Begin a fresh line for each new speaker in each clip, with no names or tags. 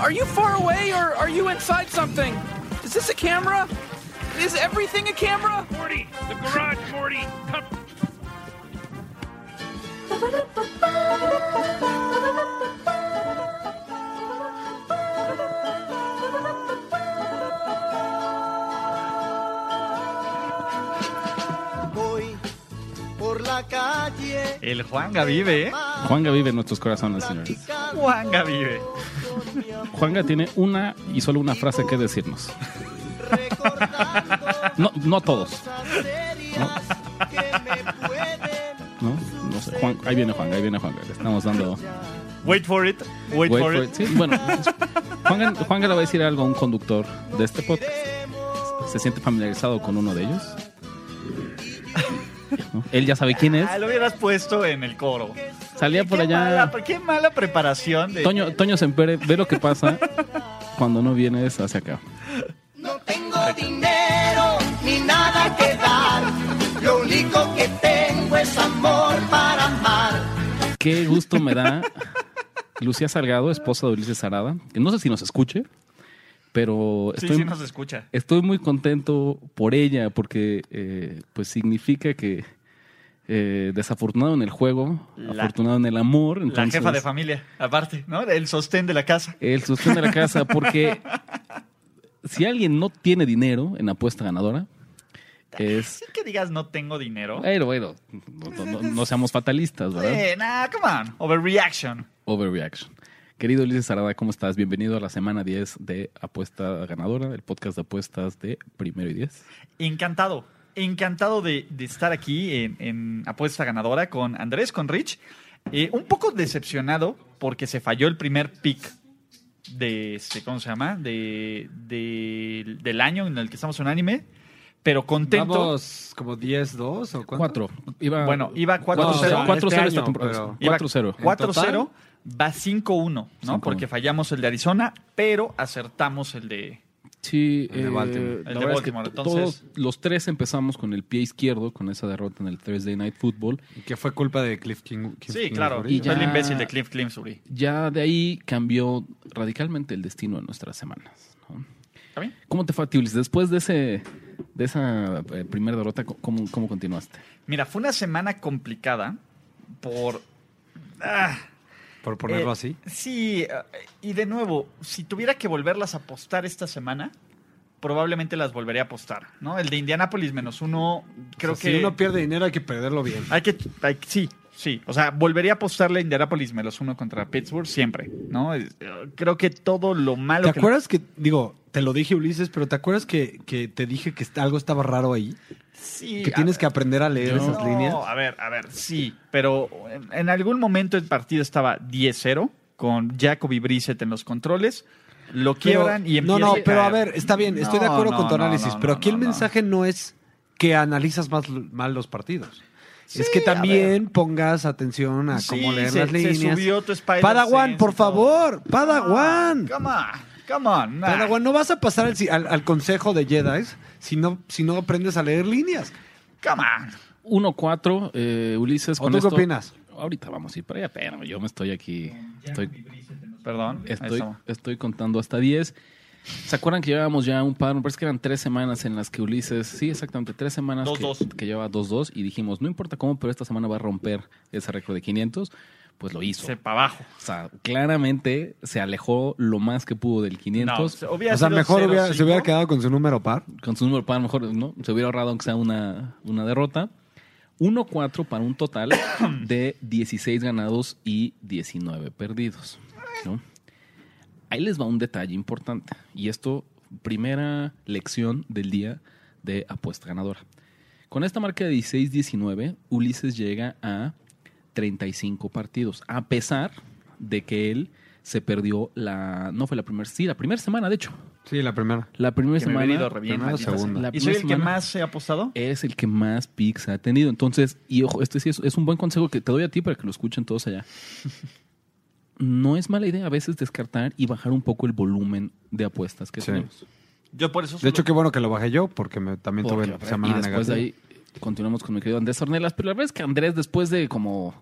are you far away or are you inside something? Is this a camera? Is everything a camera?
Morty! The garage, Morty! Come.
Voy por la calle.
El Juanga vive, ¿eh?
Juanga vive en nuestros corazones, señores.
platicando
Juanga vive.
con mi amor,
Juanga tiene una y solo una frase que decirnos.
recordando
No, no todos,
cosas serias que me pueden.
¿no? No sé, Juan- ahí viene Juanga, ahí viene Juanga. Le estamos dando...
Wait for it. Wait,
wait
for,
for
it.
it. Sí, bueno, Juanga, Juanga le va a decir algo a un conductor de este podcast. ¿Se siente familiarizado con uno de ellos? ¿No? Él ya sabe quién es.
Ah, lo hubieras puesto en el coro.
Salía por
qué
allá...
mala- qué mala preparación de.
Toño, Toño Sempere, ve lo que pasa cuando no vienes hacia acá.
No tengo dinero ni nada que dar. Lo único que tengo es amor para amar.
Qué gusto me da Lucía Salgado, esposa de Ulises Arada, que no sé si nos escuche, pero
Sí,
estoy,
sí nos escucha.
estoy muy contento por ella porque eh, pues significa que eh, desafortunado en el juego,
La-
afortunado en el amor,
la
entonces
jefa de familia, aparte, ¿no? El sostén de la casa.
el sostén de la casa porque si alguien no tiene dinero en apuesta ganadora es
Sí que digas no tengo dinero.
bueno, bueno, no, no- no- no seamos fatalistas, ¿verdad?
Eh, nah, come on. Overreaction.
Overreaction. Querido Ulises Arada, ¿cómo estás? Bienvenido a la semana 10 de Apuesta Ganadora, el podcast de apuestas de Primero y 10.
Encantado. Encantado de, de estar aquí en, en Apuesta Ganadora con Andrés, con Rich. Eh, un poco decepcionado porque se falló el primer pick de, este, ¿cómo se llama? De, de- del año en el que estamos unánime, pero contento.
Vamos como 10, 2 o cuánto?
4. Iba,
Bueno, iba 4-0.
No, o sea,
4-0
este
esta
año,
temporada.
pero-
Iba
4-0.
Iba-
4-0, va 5-1, ¿no?
5-1.
Porque fallamos el de Arizona, pero acertamos el de...
Sí,
El de
eh,
Baltimore.
la
El de
verdad es que
Baltimore,
to-
entonces.
todos los tres empezamos con el pie izquierdo, con esa derrota en el Thursday Night Football.
Que fue culpa de Cliff King. Cliff
Sí,
King
claro.
Florida.
Y ya-
Fue el imbécil de Cliff Climsbury.
Ya de ahí cambió radicalmente el destino de nuestras semanas. ¿no?
¿Está bien?
¿Cómo te fue a ti, Ulises? Después de, ese, de esa eh, primera derrota, ¿cómo, cómo continuaste?
Mira, fue una semana complicada por... Ah,
Por ponerlo
Eh,
así.
Sí, eh, y de nuevo, si tuviera que volverlas a apostar esta semana, probablemente las volvería a apostar, ¿no? El de Indianapolis menos uno, creo
O sea,
que...
Si uno pierde dinero hay que perderlo bien.
Hay que, hay- sí, sí. O sea, volvería a apostarle a Indianapolis menos uno contra Pittsburgh siempre, ¿no? Es- eh, Creo que todo lo malo
¿Te
que-
acuerdas que, digo, te lo dije Ulises, pero ¿te acuerdas que, que te dije que est- algo estaba raro ahí?
Sí,
Que
a-
tienes que aprender a leer
yo-
esas
no,
líneas.
A ver, a ver, sí. Pero en, en algún momento el partido estaba 10-0 con Jacoby Brissett en los controles. Lo
Pero-
quiebran y
no,
empiezan
no, pero a ver, está bien, estoy de acuerdo con tu análisis, pero aquí el mensaje no es que analizas más, mal los partidos. es que
Sí, a
también pongas atención a cómo
Sí,
leer
se-
las
se
líneas.
subió tu Spider-Sense y
Padawan, por
todo.
favor, Padawan.
Come on, come on. nah.
Padawan, no vas a pasar al, al- al consejo de Jedi si no, si no aprendes a leer líneas.
Come on.
1-4, eh, Ulises.
¿O
con
tú qué
esto-
opinas?
Ahorita vamos a ir para allá, pero yo me estoy aquí. Estoy,
Perdón. ahí
estoy,
estamos.
estoy contando hasta 10. ¿Se acuerdan que llevábamos ya un par? Me parece que eran tres semanas en las que Ulises. Sí, exactamente, tres semanas
Dos,
que,
dos.
que llevaba 2-2 y dijimos, no importa cómo, pero esta semana va a romper ese récord de 500. Pues lo hizo.
Se pa' abajo.
O sea, claramente se alejó lo más que pudo del 500.
hubiera
O sea,
sido
mejor hubiera-
0-5.
se hubiera quedado con su número par.
Con su número par, a lo mejor ¿no? se hubiera ahorrado aunque sea una, una derrota. 1-4 para un total de 16 ganados y 19 perdidos. ¿no? Ahí les va un detalle importante. Y esto, primera lección del día de apuesta ganadora. Con esta marca de 16-19, Ulises llega a 35 partidos, a pesar de que él se perdió la, no fue la primera, sí, la primera semana, de hecho,
Sí, la primera.
La primera
Que me
semana
hubiera ido re bien,
primera o
maldita sea.
segunda.
La
¿Y soy
primera
el que
semana.
más he apostado?
eres el que más picks ha tenido. Entonces, y ojo, este sí es, es un buen consejo que te doy a ti para que lo escuchen todos allá. No es mala idea a veces descartar y bajar un poco el volumen de apuestas que
Sí.
tenemos.
Yo por eso...
De
solo-
hecho, qué bueno que lo bajé yo porque me, también
Porque-
tuve
y
semana
después
negativa.
de ahí continuamos con mi querido Andrés Ornelas. Pero la verdad es que Andrés, después de como,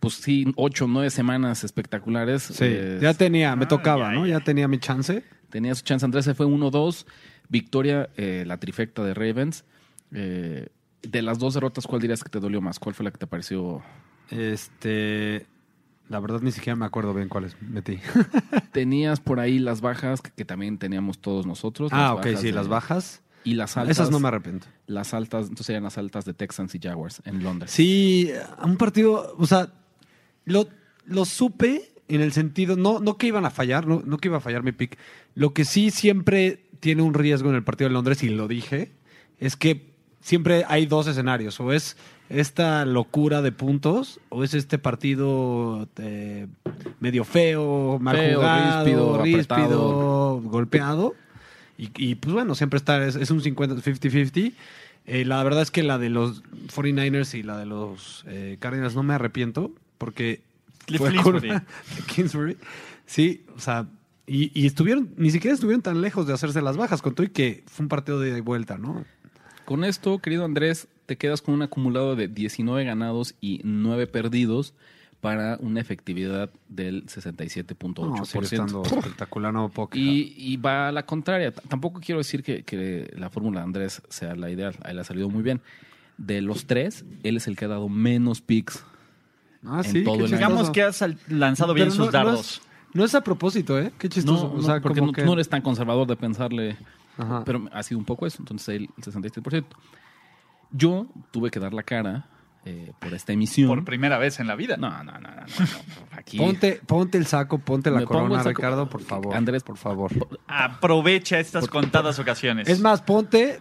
pues sí, ocho, nueve semanas espectaculares,
Sí,
eh,
ya tenía, me
Ah,
tocaba,
ya,
¿no? Ya tenía mi chance.
tenía su chance. Andrés se fue 1-2, victoria, eh, la trifecta de Ravens. Eh, de las dos derrotas, ¿cuál dirías que te dolió más? ¿Cuál fue la que te pareció
Este, la verdad ni siquiera me acuerdo bien cuáles metí.
Pues Tenías por ahí las bajas que, que también teníamos todos nosotros. las
ah, ok,
bajas ¿eh?
sí,
de-
las bajas.
Y las altas.
Esas no me arrepiento.
Las altas, entonces eran las altas de Texans y Jaguars en Londres.
Sí, un partido, o sea, lo, lo supe en el sentido, no, no que iban a fallar, no, no que iba a fallar mi pick. Lo que sí siempre tiene un riesgo en el partido de Londres, y lo dije, es que siempre hay dos escenarios. O es esta locura de puntos, o es este partido eh, medio feo, mal
Feo,
jugado,
ríspido,
ríspido,
apretado.
golpeado. Y, y, pues bueno, siempre está, es, es un 50, 50-50. Eh, la verdad es que la de los 49ers y la de los eh, Cardinals no me arrepiento porque
Cliff
fue
Kingsbury.
culpa de Kingsbury. Sí, o sea, y, y estuvieron, ni siquiera estuvieron tan lejos de hacerse las bajas con todo y que fue un partido de ida y vuelta, ¿no?
Con esto, querido Andrés, te quedas con un acumulado de 19 ganados y 9 perdidos para una efectividad del 67.8%.
No, sigue estando espectacular, no me puedo quejar.
Y, y va a la contraria. T- Tampoco quiero decir que, que la fórmula de Andrés sea la ideal. A él le ha salido muy bien. De los tres, él es el que ha dado menos picks.
Ah,
en todo
qué
el año.
chistoso.
Digamos que has al- lanzado bien
Pero
sus
no- no
dardos.
es- No es a propósito, ¿eh? Qué chistoso.
No,
o
no,
sea,
porque
como
no,
que-
tú no eres tan conservador de pensarle.
Ajá.
Pero ha sido un poco eso. Entonces, el 67%. Yo tuve que dar la cara eh, por esta emisión.
Por primera vez en la vida.
no, no, no, no, no, no. Aquí.
Ponte, ponte el saco, ponte la
Me pongo el
corona,
saco.
Ricardo, por favor.
Andrés,
por favor.
Aprovecha estas contadas ocasiones.
Es más, ponte,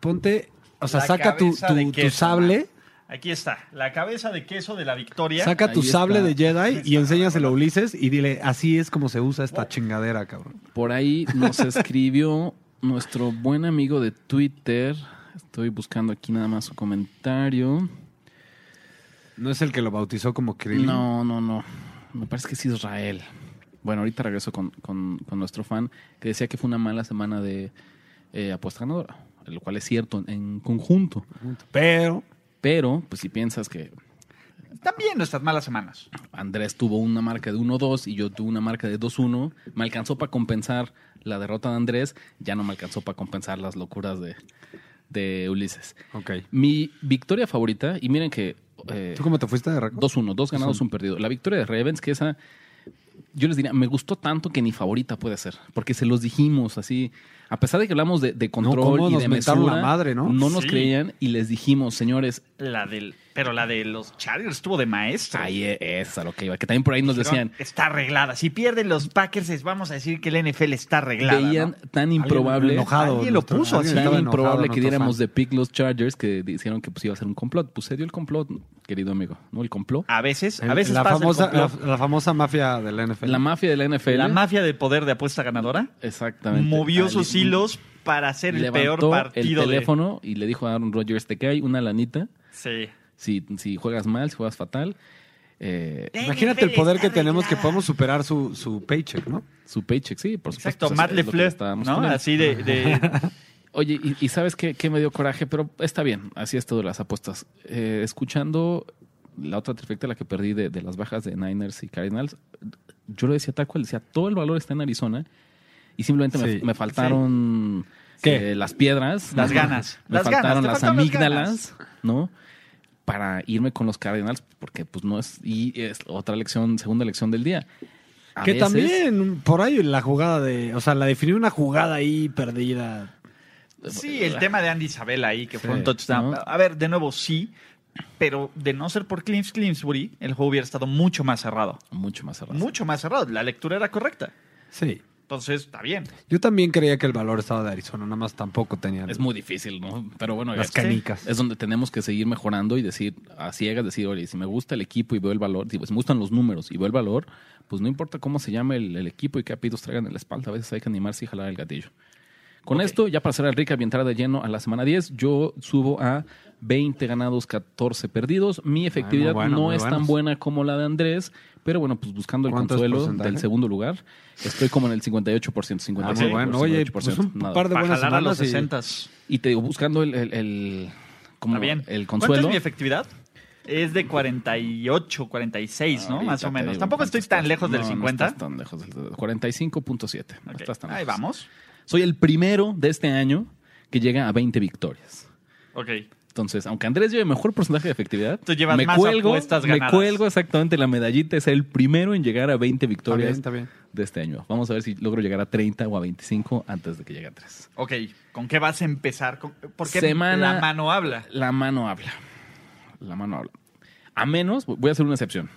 ponte, o sea,
La
saca tu,
cabeza
tu-
de
tu
queso,
sable,
man. Aquí está, la cabeza de queso de la victoria.
saca
Ahí
tu
está.
sable de Jedi y enséñaselo a Ulises y dile, así es como se usa esta chingadera, cabrón.
Por ahí nos escribió nuestro buen amigo de Twitter. Estoy buscando aquí nada más su comentario.
¿No es el que lo bautizó como Krillin?
No, no, no. Me parece que es Israel. Bueno, ahorita regreso con, con- con nuestro fan que decía que fue una mala semana de eh, apuesta ganadora, lo cual es cierto en- en conjunto.
Pero,
Pero, pues si piensas que
También nuestras malas semanas.
Andrés tuvo una marca de 1-2 y yo tuve una marca de 2-1, me alcanzó para compensar la derrota de Andrés, ya no me alcanzó para compensar las locuras de, de Ulises.
ok.
Mi victoria favorita, y miren que... eh,
¿Tú cómo te fuiste de Raco?
2-1, dos ganados, un perdido. La victoria de Ravens, que esa, yo les diría, me gustó tanto que ni favorita puede ser, porque se los dijimos así, a pesar de que hablamos de, de control
cómo
y
nos
de
mentaron la
mesura,
madre, ¿no?
nos
Sí.
creían y les dijimos, señores,
La del, pero la de los Chargers estuvo de maestra.
ahí es a lo que iba, que también por ahí nos decían,
Está arreglada. Si pierden los Packers, les vamos a decir que la NFL está arreglada.
veían
¿no?
tan improbable,
enojado,
Alguien lo
nuestro-
puso así.
alguien
tan
estaba enojado,
improbable que
nuestro
diéramos
fan.
de pick los Chargers que dijeron que pues iba a ser un complot. Pues se dio el complot, querido amigo, ¿no? El complot.
Ah,
A veces, a veces
la
pasa el
famosa, la,
complot.
la famosa mafia de la NFL.
La mafia de la NFL.
la mafia de poder de apuesta ganadora
Exactamente.
movió
Al-
sus hilos para hacer el peor
levantó
partido
el
de-
teléfono y le dijo a Aaron Rodgers, te cae una lanita
Sí.
si, si juegas mal, si juegas fatal. Eh,
Imagínate el poder que tenemos que podemos superar su, su paycheck, ¿no?
su paycheck, sí, por supuesto.
Exacto,
eso
Matt
es lo que
LeFleur,
estábamos
¿no?
comiendo.
Así de, de-
Oye, y, y ¿sabes qué, qué me dio coraje? Pero está bien, así es todo de las apuestas. Eh, escuchando la otra trifecta, la que perdí de, de las bajas de Niners y Cardinals, yo lo decía tal cual, decía, todo el valor está en Arizona y simplemente me-
Sí,
me, faltaron
¿Qué?
eh, las piedras.
Las
¿no?
ganas,
Me
las ganas,
faltaron
te
las
faltaron las
amígdalas, ¿no? Para irme con los Cardinals, porque pues no es... Y es otra lección, segunda lección del día. A
que
veces-
también, por ahí la jugada de, o sea, la definió una jugada ahí perdida.
Sí, el tema de Andy Isabel ahí, que fue
Sí,
un touchdown.
¿no?
A ver, de nuevo, sí, pero de no ser por Clint Clinsbury, el juego hubiera estado mucho más cerrado.
Mucho más cerrado.
Mucho más cerrado. La lectura era correcta.
Sí.
Entonces, está bien.
Yo también creía que el valor estaba de Arizona, nada más tampoco tenía
Es muy difícil, ¿no? Pero bueno,
las
ya-
canicas.
es donde tenemos que seguir mejorando y decir a ciegas, decir, oye, si me gusta el equipo y veo el valor, si pues, me gustan los números y veo el valor, pues no importa cómo se llame el, el equipo y qué apellidos traigan en la espalda, a veces hay que animarse y jalar el gatillo. Con esto, ya para cerrar el recap y entrar de lleno a la semana 10, yo subo a 20 ganados, 14 perdidos. Mi efectividad
bueno,
no
muy
es tan
buenos.
buena como la de Andrés, pero bueno, pues buscando el
¿Cuánto es
consuelo
porcentaje?
del segundo lugar, estoy como en el 58%, 58%.
Ah, muy bueno. Oye, pues un
nada.
par de
Para
buenas
jalar a los
semanas
60.
y-
Y te digo, buscando el, el, el- como
Está bien.
el
¿Cuánto
consuelo.
es mi efectividad? Es de 48, 46, ¿no?
Ahorita
Más
te
o menos.
digo
Tampoco
cuánto
estoy tan
estás.
lejos del
No, no
50.
estás tan lejos del 45.7. No
Ok,
estás tan
Ahí
lejos.
vamos.
Soy el primero de este año que llega a 20 victorias.
Ok.
Entonces, aunque Andrés lleve mejor porcentaje de efectividad,
Tú llevas
me
más
cuelgo,
apuestas
me
ganadas.
cuelgo exactamente la medallita. Es el primero en llegar a 20
Está
victorias
bien, está bien.
de este año. Vamos a ver si logro llegar a 30 o a 25 antes de que llegue a 3.
Ok. ¿Con qué vas a empezar? ¿Con- ¿Por qué
Semana-
la mano habla?
La mano habla. La mano habla. A menos, voy a hacer una excepción.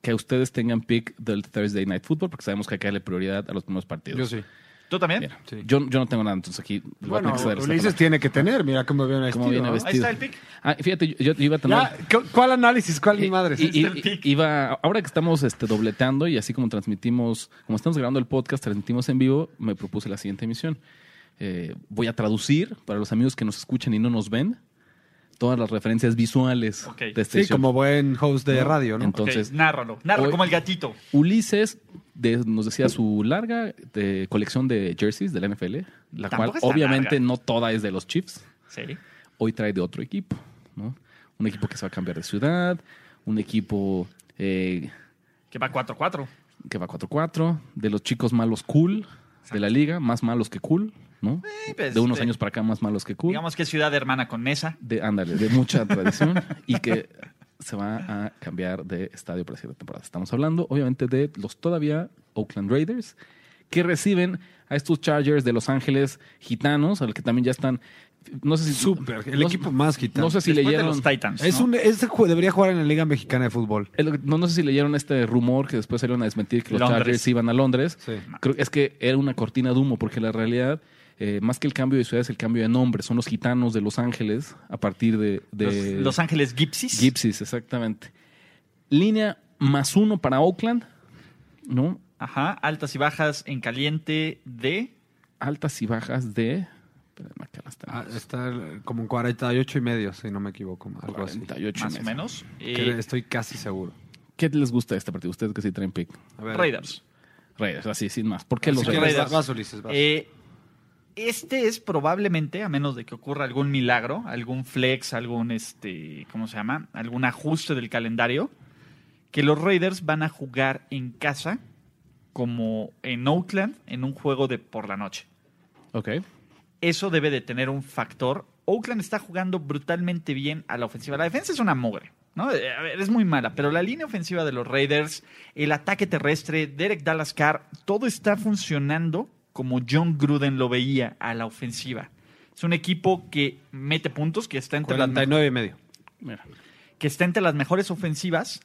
Que ustedes tengan pick del Thursday Night Football, porque sabemos que hay que darle prioridad a los primeros partidos.
Yo sí.
¿Tú también?
Mira,
Sí.
yo, yo no tengo nada, entonces aquí le voy a
Bueno,
tener que ceder esta
Ulises
palabra.
tiene que tener. Mira cómo viene
Cómo
vestido.
viene
¿no?
vestido.
Ahí está el pick.
Ah, fíjate, yo, yo iba a tener.
Ya, ¿cu- ¿Cuál análisis? ¿Cuál ni madre?
I- i- i- iba, ahora que estamos este, dobleteando y así como transmitimos, como estamos grabando el podcast, transmitimos en vivo, me propuse la siguiente emisión. Eh, voy a traducir para los amigos que nos escuchan y no nos ven todas las referencias visuales
Ok.
de este
Sí, como buen host de radio, ¿no?
Entonces,
Entonces, nárralo. Nárralo
hoy-
como el gatito.
Ulises de- nos decía su larga eh, colección de jerseys de la NFL, la
Tampoco
cual
es tan
obviamente
larga.
no toda es de los Chiefs.
Sí.
hoy trae de otro equipo, ¿no? Un equipo que se va a cambiar de ciudad, un equipo eh,
Que va 4-4.
que va 4-4, de los chicos malos cool de la liga, más malos que cool, ¿no?
Eh, pues,
de unos
este,
años para acá más malos que cool.
Digamos que es ciudad hermana con Nesa.
de, ándale, de mucha tradición y que se va a cambiar de estadio para la siguiente temporada. Estamos hablando, obviamente, de los todavía Oakland Raiders que reciben a estos Chargers de Los Ángeles gitanos, al que también ya están. No sé si.
Súper, el
no-
equipo más gitano.
No sé si
Después
leyeron.
de los Titans.
Es
¿no?
un, ese ju- debería jugar en la Liga Mexicana de Fútbol.
Es lo que- No, no sé si leyeron este rumor que después salieron a desmentir que los
Londres.
Chargers iban a Londres.
Sí.
Creo que es que era una cortina de humo, porque la realidad, eh, más que el cambio de ciudad, es el cambio de nombre. Son los gitanos de Los Ángeles a partir de, de
Los, Eh, Los Ángeles Gypsies.
Gypsies, exactamente. Línea más uno para Oakland, ¿no?
Ajá. Altas y bajas en caliente de.
Altas y bajas de. espérame, acá las
Ah,
tenemos.
está el- como en 48 y medio, si no me equivoco. Algo así.
48
Más o
meses.
menos.
Que
Eh,
estoy casi seguro.
¿Qué les gusta de este partido? Ustedes que sí traen pick.
A ver.
Raiders.
Raiders, así, sin más. ¿Por qué
Si
los
quieres,
Raiders?
Raiders.
Vas, Ulises, vas.
Eh, este es probablemente, a menos de que ocurra algún milagro, algún flex, algún este, ¿cómo se llama? algún ajuste del calendario, que los Raiders van a jugar en casa como en Oakland en un juego de por la noche.
Ok.
Eso debe de tener un factor. Oakland está jugando brutalmente bien a la ofensiva. La defensa es una mogre, ¿no? Eh, a ver, es muy mala, pero la línea ofensiva de los Raiders, el ataque terrestre, Derek Dallas Carr, todo está funcionando como John Gruden lo veía a la ofensiva. Es un equipo que mete puntos, que está entre, las,
49 y medio.
Mira.
que está entre las mejores ofensivas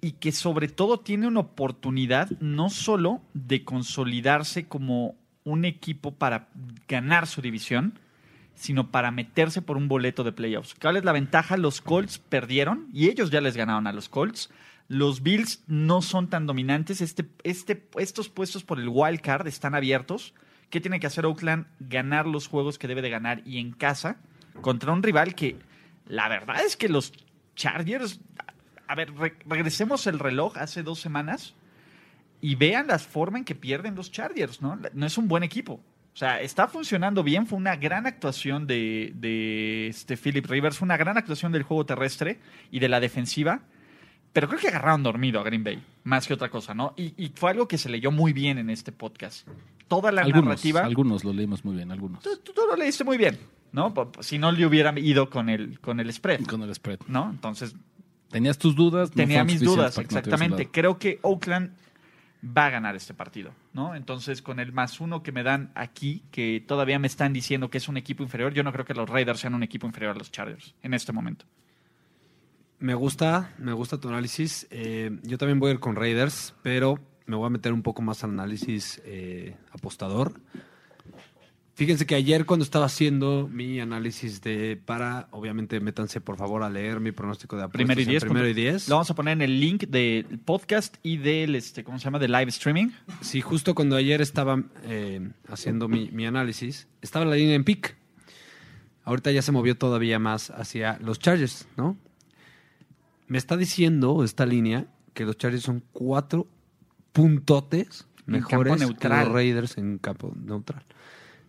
y que sobre todo tiene una oportunidad no solo de consolidarse como un equipo para ganar su división, sino para meterse por un boleto de playoffs. ¿Cuál es la ventaja? Los Colts perdieron y ellos ya les ganaron a los Colts. Los Bills no son tan dominantes. Este, este, estos puestos por el wild card están abiertos. ¿Qué tiene que hacer Oakland? Ganar los juegos que debe de ganar y en casa contra un rival que la verdad es que los Chargers... A ver, re- regresemos el reloj hace dos semanas y vean la forma en que pierden los Chargers, ¿no? La- No es un buen equipo. O sea, está funcionando bien, fue una gran actuación de, de este Philip Rivers, fue una gran actuación del juego terrestre y de la defensiva, pero creo que agarraron dormido a Green Bay, más que otra cosa, ¿no? Y, y fue algo que se leyó muy bien en este podcast. Toda la
Algunos,
narrativa
algunos lo leímos muy bien, algunos.
tú, tú- tú lo leíste muy bien, ¿no? Po- po- Si no le hubiera ido con el, con el spread,
Con el spread.
¿no? Entonces
Tenías tus dudas. no
tenía
fueron
mis dudas,
suficientes para que no te hubieras
exactamente. Creo que Oakland va a ganar este partido, ¿no? Entonces, con el más uno que me dan aquí, que todavía me están diciendo que es un equipo inferior, yo no creo que los Raiders sean un equipo inferior a los Chargers en este momento.
Me gusta, me gusta tu análisis. Eh, yo también voy a ir con Raiders, pero me voy a meter un poco más al análisis eh, apostador. Fíjense que ayer cuando estaba haciendo mi análisis de para, obviamente métanse por favor a leer mi pronóstico de apuestas.
Primero y
pues, en
diez.
Primero y
punto-
diez.
Lo vamos a poner en el link del podcast y del, este, ¿cómo se llama? Del live streaming.
Sí, justo cuando ayer estaba eh, haciendo mi, mi análisis, estaba la línea en pick. Ahorita ya se movió todavía más hacia los Chargers, ¿no? Me está diciendo esta línea que los Chargers son cuatro puntotes
En
mejores
campo
que
neutral.
los Raiders en campo neutral.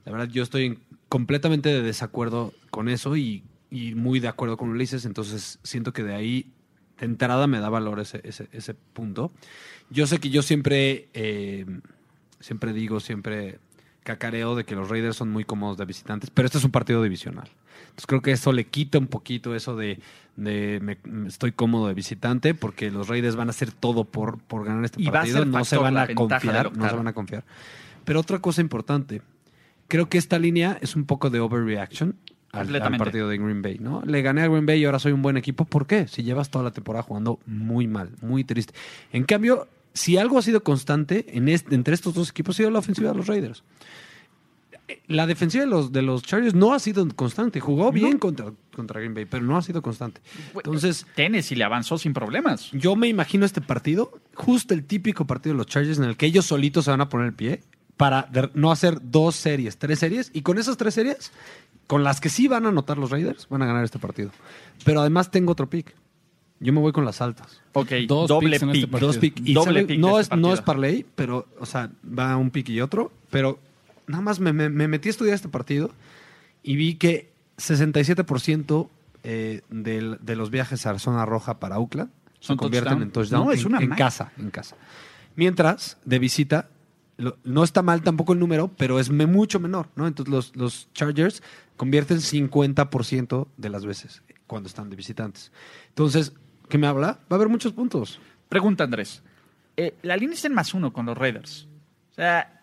La verdad, yo estoy en- completamente de desacuerdo con eso y, y muy de acuerdo con Ulises, entonces siento que de ahí de entrada me da valor ese, ese, ese punto. Yo sé que yo siempre, eh, siempre digo, siempre cacareo de que los Raiders son muy cómodos de visitantes, pero este es un partido divisional. Entonces creo que eso le quita un poquito eso de, de me- me estoy cómodo de visitante, porque los Raiders van a hacer todo por, por ganar este
Y va a
partido.
ser
no se
factor
van
la
a
ventaja del
confiar,
octavo.
no se van a confiar. Pero otra cosa importante, creo que esta línea es un poco de overreaction al- al,
Completamente.
partido de Green Bay, ¿no? Le gané a Green Bay y ahora soy un buen equipo. ¿Por qué? Si llevas toda la temporada jugando muy mal, muy triste. En cambio, si algo ha sido constante en este- entre estos dos equipos, ha sido la ofensiva de los Raiders. Eh, La defensiva de los, de los Chargers no ha sido constante. Jugó bien contra, contra Green Bay, pero no ha sido constante. Entonces,
Tennessee le avanzó sin problemas.
yo me imagino este partido, justo el típico partido de los Chargers en el que ellos solitos se van a poner el pie para de- no hacer dos series, tres series, y con esas tres series, con las que sí van a anotar los Raiders, van a ganar este partido. Pero además tengo otro pick. Yo me voy con las altas.
Ok,
Dos
doble
picks en este
pick.
partido.
Dos pick. Y
Doble
sabe,
pick
no,
de
es,
este
no
partido.
es parlay, pero, o sea, va un pick y otro. Pero nada más me, me- me metí a estudiar este partido y vi que 67% eh, del- de los viajes a zona roja para Auckland
Son
se convierten
touchdown.
en touchdown
No, es
en-
una
en
ma-
casa. En casa. Mientras, de visita, lo- no está mal tampoco el número, pero es me- mucho menor, ¿no? Entonces los, los Chargers convierten 50% de las veces cuando están de visitantes. Entonces, ¿qué me habla? Va a haber muchos puntos.
Pregunta Andrés. Eh, la línea está en más uno con los Raiders. O sea,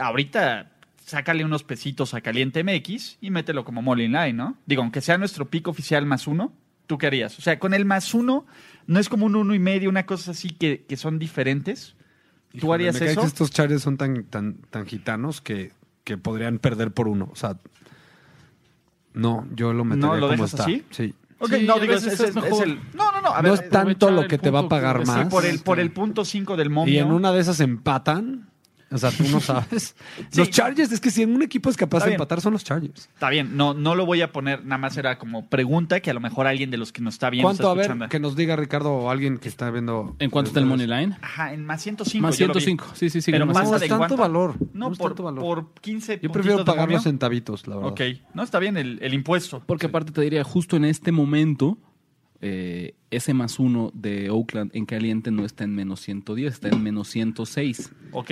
ahorita sácale unos pesitos a Caliente MX y mételo como Molin Line, ¿no? Digo, aunque sea nuestro pico oficial más uno, ¿tú qué harías? O sea, con el más uno, no es como un uno y medio, una cosa así que, que son diferentes. ¿Tú harías
Me cae que
eso?
Estos Chargers son tan, tan, tan gitanos que, que podrían perder por uno. O sea, no, yo lo metería
¿No lo
como
dejas
está.
así?
Sí.
Ok,
Sí,
no,
a
digo, es, es-
veces
es
es mejor.
el... No, no, no, a
No
ver,
es tanto
aprovechar
lo
el
que te va a
punto
pagar
que-
más.
sí, por el, por el punto cinco del momio.
Y en una de esas empatan. O sea, tú no sabes. Los Chargers, es que si en un equipo es capaz
Está
de
bien.
empatar, son los Chargers.
Está bien, no, no lo voy a poner, nada más era como pregunta que a lo mejor alguien de los que nos está viendo
¿Cuánto?
está
A ver,
escuchando.
que nos diga Ricardo o alguien que está viendo.
¿En cuánto está el money line?
Ajá, en más 105.
Más
yo lo vi.
105, sí, sí, sí,
Pero
más
pasa
No
de
es tanto
cuánto?
valor.
No,
es
por,
tanto valor.
por 15
Yo
puntitos
prefiero
de
pagar los
momio.
centavitos, la verdad.
Ok, no, está bien el, el impuesto.
Porque aparte te diría, justo en este momento, eh, ese más uno de Oakland en caliente no está en menos 110, está en menos 106.
Ok.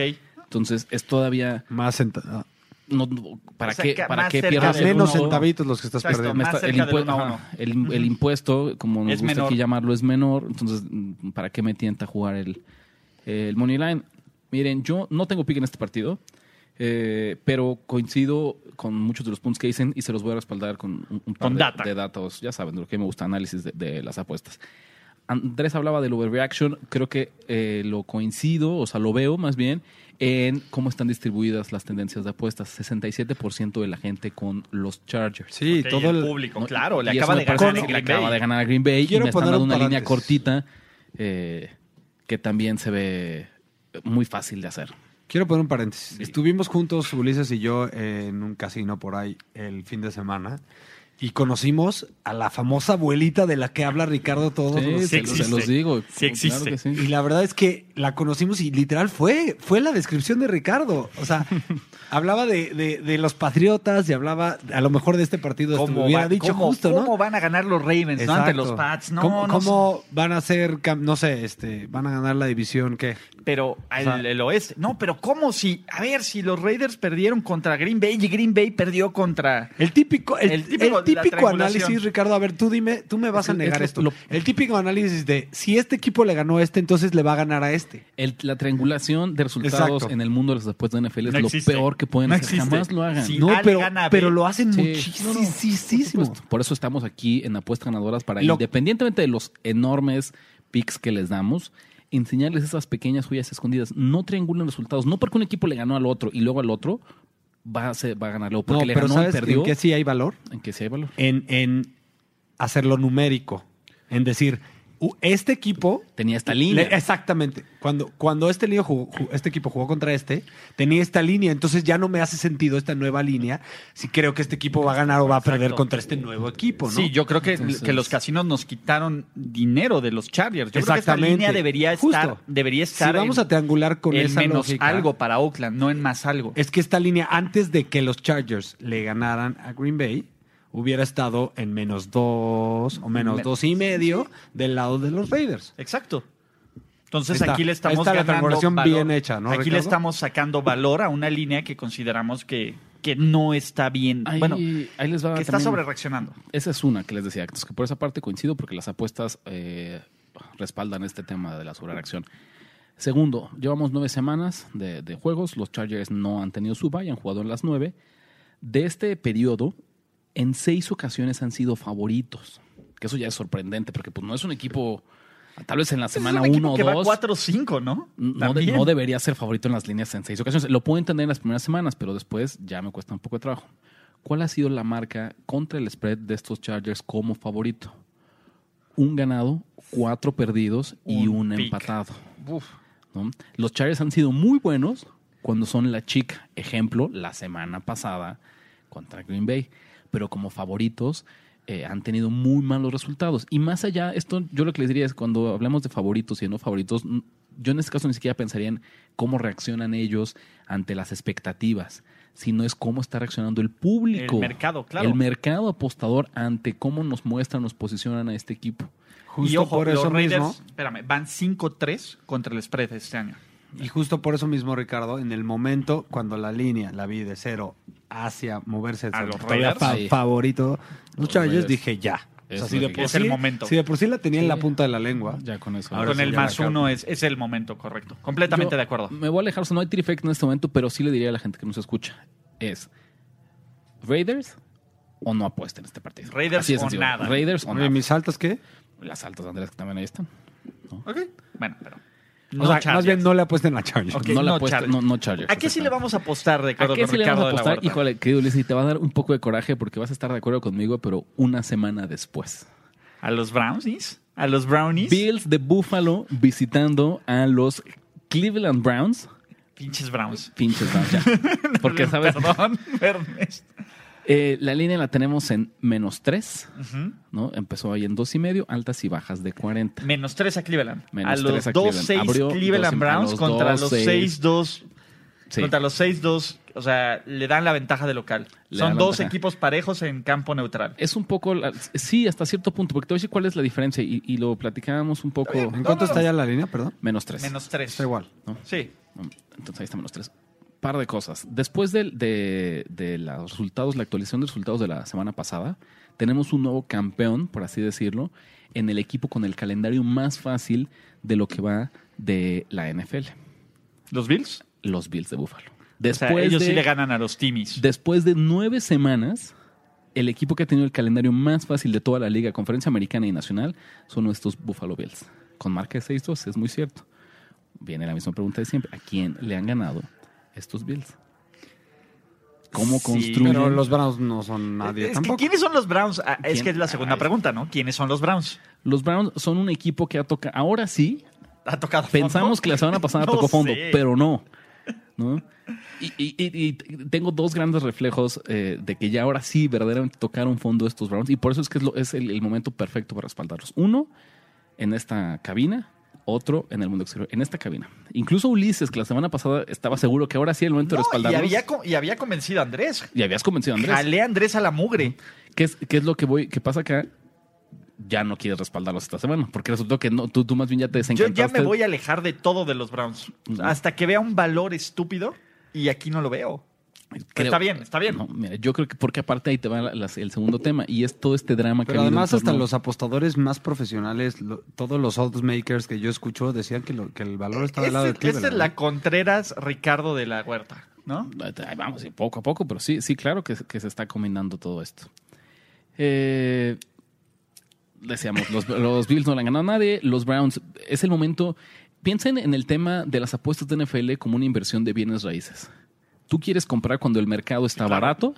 Entonces es todavía...
Más centavitos.
No, no, ¿Para
O sea,
qué,
que
para
más
qué
cerca
pierdas
del
el
menos
uno?
centavitos los que estás
Exacto.
perdiendo.
Me
Más
está- el,
cerca del
impue-
uno a uno.
ajá, el- el impuesto, como nos
Es
gusta aquí
menor.
llamarlo, es menor. Entonces, mm, ¿para qué me tienta jugar el, el Money Line? Miren, yo no tengo pick en este partido, eh, pero coincido con muchos de los puntos que dicen y se los voy a respaldar con un, un par
Con
de,
data.
de datos. Ya saben, de lo que me gusta, análisis de, de las apuestas. Andrés hablaba del overreaction, creo que eh, lo coincido, o sea, lo veo más bien en cómo están distribuidas las tendencias de apuestas. 67% de la gente con los Chargers.
Sí,
Ok,
todo el,
público,
¿no?
claro. Le
Y eso
acaba
me
de
parece
ganar.
que
a
le
Green
acaba
Bay.
de ganar a Green Bay
Quiero
y me están
poner
dando
un
una línea
paréntesis.
cortita eh, que también se ve muy fácil de hacer.
Quiero poner un paréntesis.
Sí.
Estuvimos juntos, Ulises y yo, en un casino por ahí el fin de semana y conocimos a la famosa abuelita de la que habla Ricardo todos
Sí,
los-
se, los- se los
existe.
digo.
Sí existe.
Claro que
Y
sí.
la verdad es que la conocimos y literal fue, fue la descripción de Ricardo. O sea, hablaba de, de- de los patriotas y hablaba a lo mejor de este partido.
¿Cómo,
como hubiera
va-
dicho
cómo-
justo, ¿no?
cómo van a ganar los Ravens ¿no? ante
Exacto.
los Pats? No,
¿Cómo,
no
cómo van a ser, cam- no sé, este, van a ganar la división qué?
Pero al
sea-
el oeste. No, pero ¿cómo si? A ver, si los Raiders perdieron contra Green Bay y Green Bay perdió contra.
El típico, el,
El típico-
el típico
la triangulación.
análisis, Ricardo, a ver, tú dime, tú me vas
Es-
a negar
es
esto.
lo-
el típico análisis de si este equipo le ganó a este, entonces le va a ganar a este.
El- la triangulación de resultados
Exacto.
en el mundo de las apuestas de NFL es
No
lo
existe.
peor que pueden
No
hacer.
existe.
Jamás lo hagan.
Sí,
No,
A le
pero,
gana a B.
pero lo hacen
Sí.
muchísimo.
No, no, Por supuesto. Por eso estamos aquí en Apuestas Ganadoras para,
Lo-
independientemente de los enormes picks que les damos, enseñarles esas pequeñas joyas escondidas. No triangulen resultados. No porque un equipo le ganó al otro y luego al otro, va a, ser- va a ganarlo.
No,
Porque le
pero
ganó y
¿sabes
perdió.
en qué sí hay valor?
En que sí hay valor.
En, en hacerlo numérico. En decir, "U- este equipo
Tenía esta línea.
Le- exactamente. Cuando, cuando este, lío jugó- ju- este equipo jugó contra este, tenía esta línea. Entonces ya no me hace sentido esta nueva línea si creo que este equipo va a ganar o va a perder
Exacto.
contra este nuevo equipo, ¿no?
Sí, yo creo que,
Entonces-
que los casinos nos quitaron dinero de los Chargers. Yo creo que
Exactamente.
esta línea debería
Justo.
estar, debería
Si
estar
vamos a triangular con
en
esa
menos
lógica-
algo para Oakland, no en más algo.
Es que esta línea, antes de que los Chargers le ganaran a Green Bay, hubiera estado en menos dos o menos
Me-
dos y medio del lado de los Raiders.
Exacto. Entonces
Ahí está.
aquí le estamos
Ahí está la
ganando
transformación
valor.
bien hecha, ¿no,
Aquí le
Ricardo?
estamos sacando valor a una línea que consideramos que, que no está bien.
Ahí-
bueno,
ahí les va
que está
también-
sobre reaccionando.
Esa es una que les decía, que por esa parte coincido porque las apuestas eh, respaldan este tema de la sobrereacción. Segundo, llevamos nueve semanas de, de juegos, los Chargers no han tenido su bye, han jugado en las nueve. De este periodo, en seis ocasiones han sido favoritos, que eso ya es sorprendente porque pues no es un equipo, tal vez en la semana
Pues es un
uno
equipo
o
que va
dos...
4-5, ¿no?
No, de-
También.
no debería ser favorito en las líneas en seis ocasiones. Lo puedo entender en las primeras semanas, pero después ya me cuesta un poco de trabajo. ¿Cuál ha sido la marca contra el spread de estos Chargers como favorito? Un ganado, cuatro perdidos y un,
Un pick.
empatado.
Uf.
¿no? Los Chargers han sido muy buenos cuando son la chica. Ejemplo, la semana pasada contra Green Bay. Pero como favoritos eh, han tenido muy malos resultados. Y más allá, esto yo lo que les diría es cuando hablamos de favoritos y no favoritos, n- yo en este caso ni siquiera pensaría en cómo reaccionan ellos ante las expectativas, sino es cómo está reaccionando el público.
El mercado, claro.
El mercado apostador ante cómo nos muestran, nos posicionan a este equipo.
Justo
y ojo,
por eso
los Raiders,
mismo.
espérame, van 5-3 contra el spread este año.
Y justo por eso mismo, Ricardo, en el momento cuando la línea la vi de cero hacia moverse
A
hacia
los
el todavía
Raiders.
fa-
Sí.
favorito, los
Los
Chargers
Raiders.
dije ya. O
Es
sea, si
lo
de
que
por
es el
sí-
momento.
Si de por sí la tenía en la
Sí.
punta de la lengua.
Ya con eso.
Ahora
Con
sí
el
ya
más
la acabo.
uno es, es el momento correcto. Completamente
Yo
de acuerdo.
Me voy a alejar, o sea, no hay trifecta en este momento, pero sí le diría a la gente que nos escucha. Es Raiders o no apuesten este partido.
Raiders
Así de
o
sencillo.
nada.
Raiders o
¿Y
nada.
mis altas qué?
Las altas, Andrés, que también ahí están.
Bueno, pero.
o sea, más
Chargers.
bien no le apuesten a Chargers.
Ok,
no la
no
apuestan,
Chargers.
no, no Chargers.
¿A qué sí le vamos a apostar, de
¿A
acuerdo
qué
con
sí le vamos
Ricardo
a
de la
apostar?
Huerta?
Híjole, querido Ulises, y te va a dar un poco de coraje porque vas a estar de acuerdo conmigo, pero una semana después.
¿A los Brownies? ¿A los Brownies?
Bills de Buffalo visitando a los Cleveland Browns.
Pinches Browns.
Pinches Browns, ya. Porque, ¿sabes?
Perdón, Ernest.
Eh, la línea la tenemos en menos 3, ¿no? Empezó ahí en dos y medio, altas y bajas de 40.
Menos 3 a Cleveland.
Menos
a los
tres a
2-6
Cleveland. Abrió
Cleveland,
dos- a
Browns
los
contra los
2-6.
6-2.
Sí.
Contra los 6-2. O sea, le dan la ventaja de local.
Le dan
Son
la
dos
ventaja.
equipos parejos en campo neutral.
Es un poco, la- sí, hasta cierto punto, porque te voy a decir cuál es la diferencia y, y lo platicábamos un poco.
¿En cuánto está ya la línea, perdón?
Menos 3.
Menos 3.
Está igual.
Sí.
Entonces ahí está menos 3. Par de cosas. Después del- de, de los resultados, la actualización de resultados de la semana pasada, tenemos un nuevo campeón, por así decirlo, en el equipo con el calendario más fácil de lo que va de la NFL,
¿Los Bills?
los Bills de Buffalo.
O sea,
Después
ellos
de-
sí le ganan a los Timis.
Después de nueve semanas, el equipo que ha tenido el calendario más fácil de toda la liga, Conferencia Americana y Nacional, son estos Buffalo Bills. Con marca de 6-2, es muy cierto. Viene la misma pregunta de siempre. ¿A quién le han ganado estos Bills? ¿Cómo
Sí,
construyen?
Pero los Browns no son nadie
Es que,
tampoco.
¿Quiénes son los Browns? Ah, es
¿Quién?
que es la segunda
Ay.
pregunta, ¿no? ¿Quiénes son los Browns?
Los Browns son un equipo que ha tocado... Ahora sí,
Ha tocado fondo?
Pensamos que la semana pasada
No
tocó fondo,
sé.
pero no. ¿no? Y, y- y- y tengo dos grandes reflejos eh, de que ya ahora sí verdaderamente tocaron fondo estos Browns y por eso es que es, lo- es el, el momento perfecto para respaldarlos. Uno en esta cabina, otro en el mundo exterior, en esta cabina. Incluso Ulises, que la semana pasada estaba seguro que ahora sí era el momento
No,
de
y,
respaldarlos.
había, co- y había convencido a Andrés.
Y habías convencido a Andrés.
Jalé a Andrés a la mugre.
¿Qué es, qué es lo que voy, que pasa acá? Ya no quieres respaldarlos esta semana, porque resultó que no, tú, tú más bien ya te
Yo
desencantaste.
ya me voy a alejar de todo de los Browns.
No.
Hasta que vea un valor estúpido y aquí no lo veo.
Creo-
Está bien, está bien.
No, mira, yo creo que porque aparte ahí te va la- las- el segundo tema y es todo este drama que
Pero
ha habido
además
en
hasta
torno-
los apostadores más profesionales, lo- todos los oddsmakers que yo escucho decían que, lo- que el valor estaba del lado de
Esta
Cleveland.
es la
¿no?
Contreras Ricardo de la Huerta, ¿no?
Ahí vamos, y poco a poco, pero sí, sí, claro que, se- que se está combinando todo esto. Eh, decíamos, los, los Bills no le han ganado a nadie, los Browns, es el momento. Piensen en el tema de las apuestas de NFL como una inversión de bienes raíces. Tú quieres comprar cuando el mercado está barato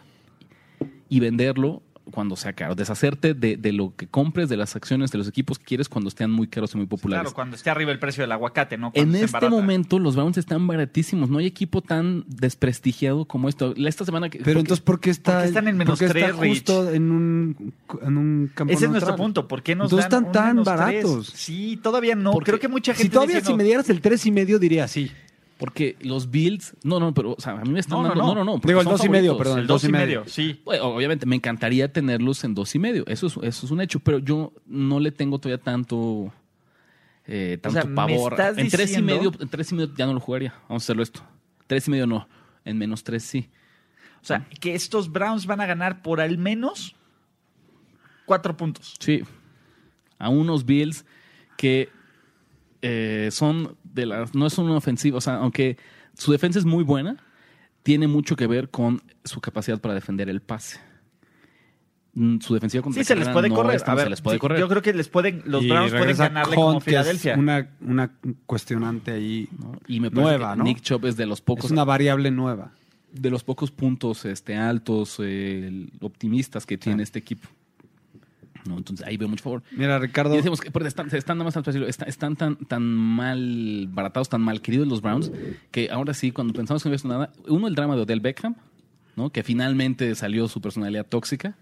y venderlo cuando sea caro. Deshacerte de, de lo que compres, de las acciones, de los equipos que quieres cuando estén muy caros y muy populares.
Claro, cuando esté arriba el precio del aguacate, ¿no? Cuando
En
esté
este
barata.
momento los Browns están baratísimos. No hay equipo tan desprestigiado como esto. La- Esta semana que...
Pero
porque-
entonces, ¿por qué está,
Porque están en menos
por qué
tres,
está justo en un, en un campo
Ese es nuestro
neutral?
punto. ¿Por qué nos
Entonces
dan
están
un
tan
menos
baratos.
tres? Sí, todavía no.
Porque
Creo que mucha gente
Si todavía
dice,
si
no.
me dieras el tres y medio, diría sí.
Porque los Bills... No, no, pero o sea, a mí me están
No, no,
dando...
no.
No, no, no. porque
Digo, el
son
dos y medio,
favoritos.
perdón.
pues el dos y medio, sí.
Bueno, obviamente me encantaría tenerlos en dos y medio. Eso es, eso es un hecho, pero yo no le tengo todavía tanto, eh, tanto
sea, ¿me
pavor.
estás
en tres y
diciendo-
medio, en tres y medio ya no lo jugaría. Vamos a hacerlo esto. Tres y medio no. En menos tres sí.
O sea, que estos Browns van a ganar por al menos cuatro puntos.
Sí. A unos Bills que eh, son de las. No es una ofensiva. O sea, aunque su defensa es muy buena, tiene mucho que ver con su capacidad para defender el pase. Mm, Su defensiva contra
Sí, se les
carrera
puede
no
correr.
es tan-
A ver,
se les puede
sí,
correr.
Yo creo que les pueden, los Browns pueden
regresa
ganarle
Hunt,
como
que es
Filadelfia.
Una, una cuestionante ahí.
¿no? Y me parece
Nueva,
que
¿no?
Nick Chubb es de los
Es
pocos,
una variable nueva.
de los pocos puntos este, altos, eh, el- optimistas que tiene este equipo. ¿No? Entonces ahí veo mucho favor.
Mira,
Y
Ricardo.
decimos que pero están, están nada más tan fácil, está- están, tan, tan mal baratados, tan mal queridos los Browns, que ahora sí, cuando pensamos que no había hecho nada, uno el drama de Odell Beckham, ¿no? Que finalmente salió su personalidad tóxica.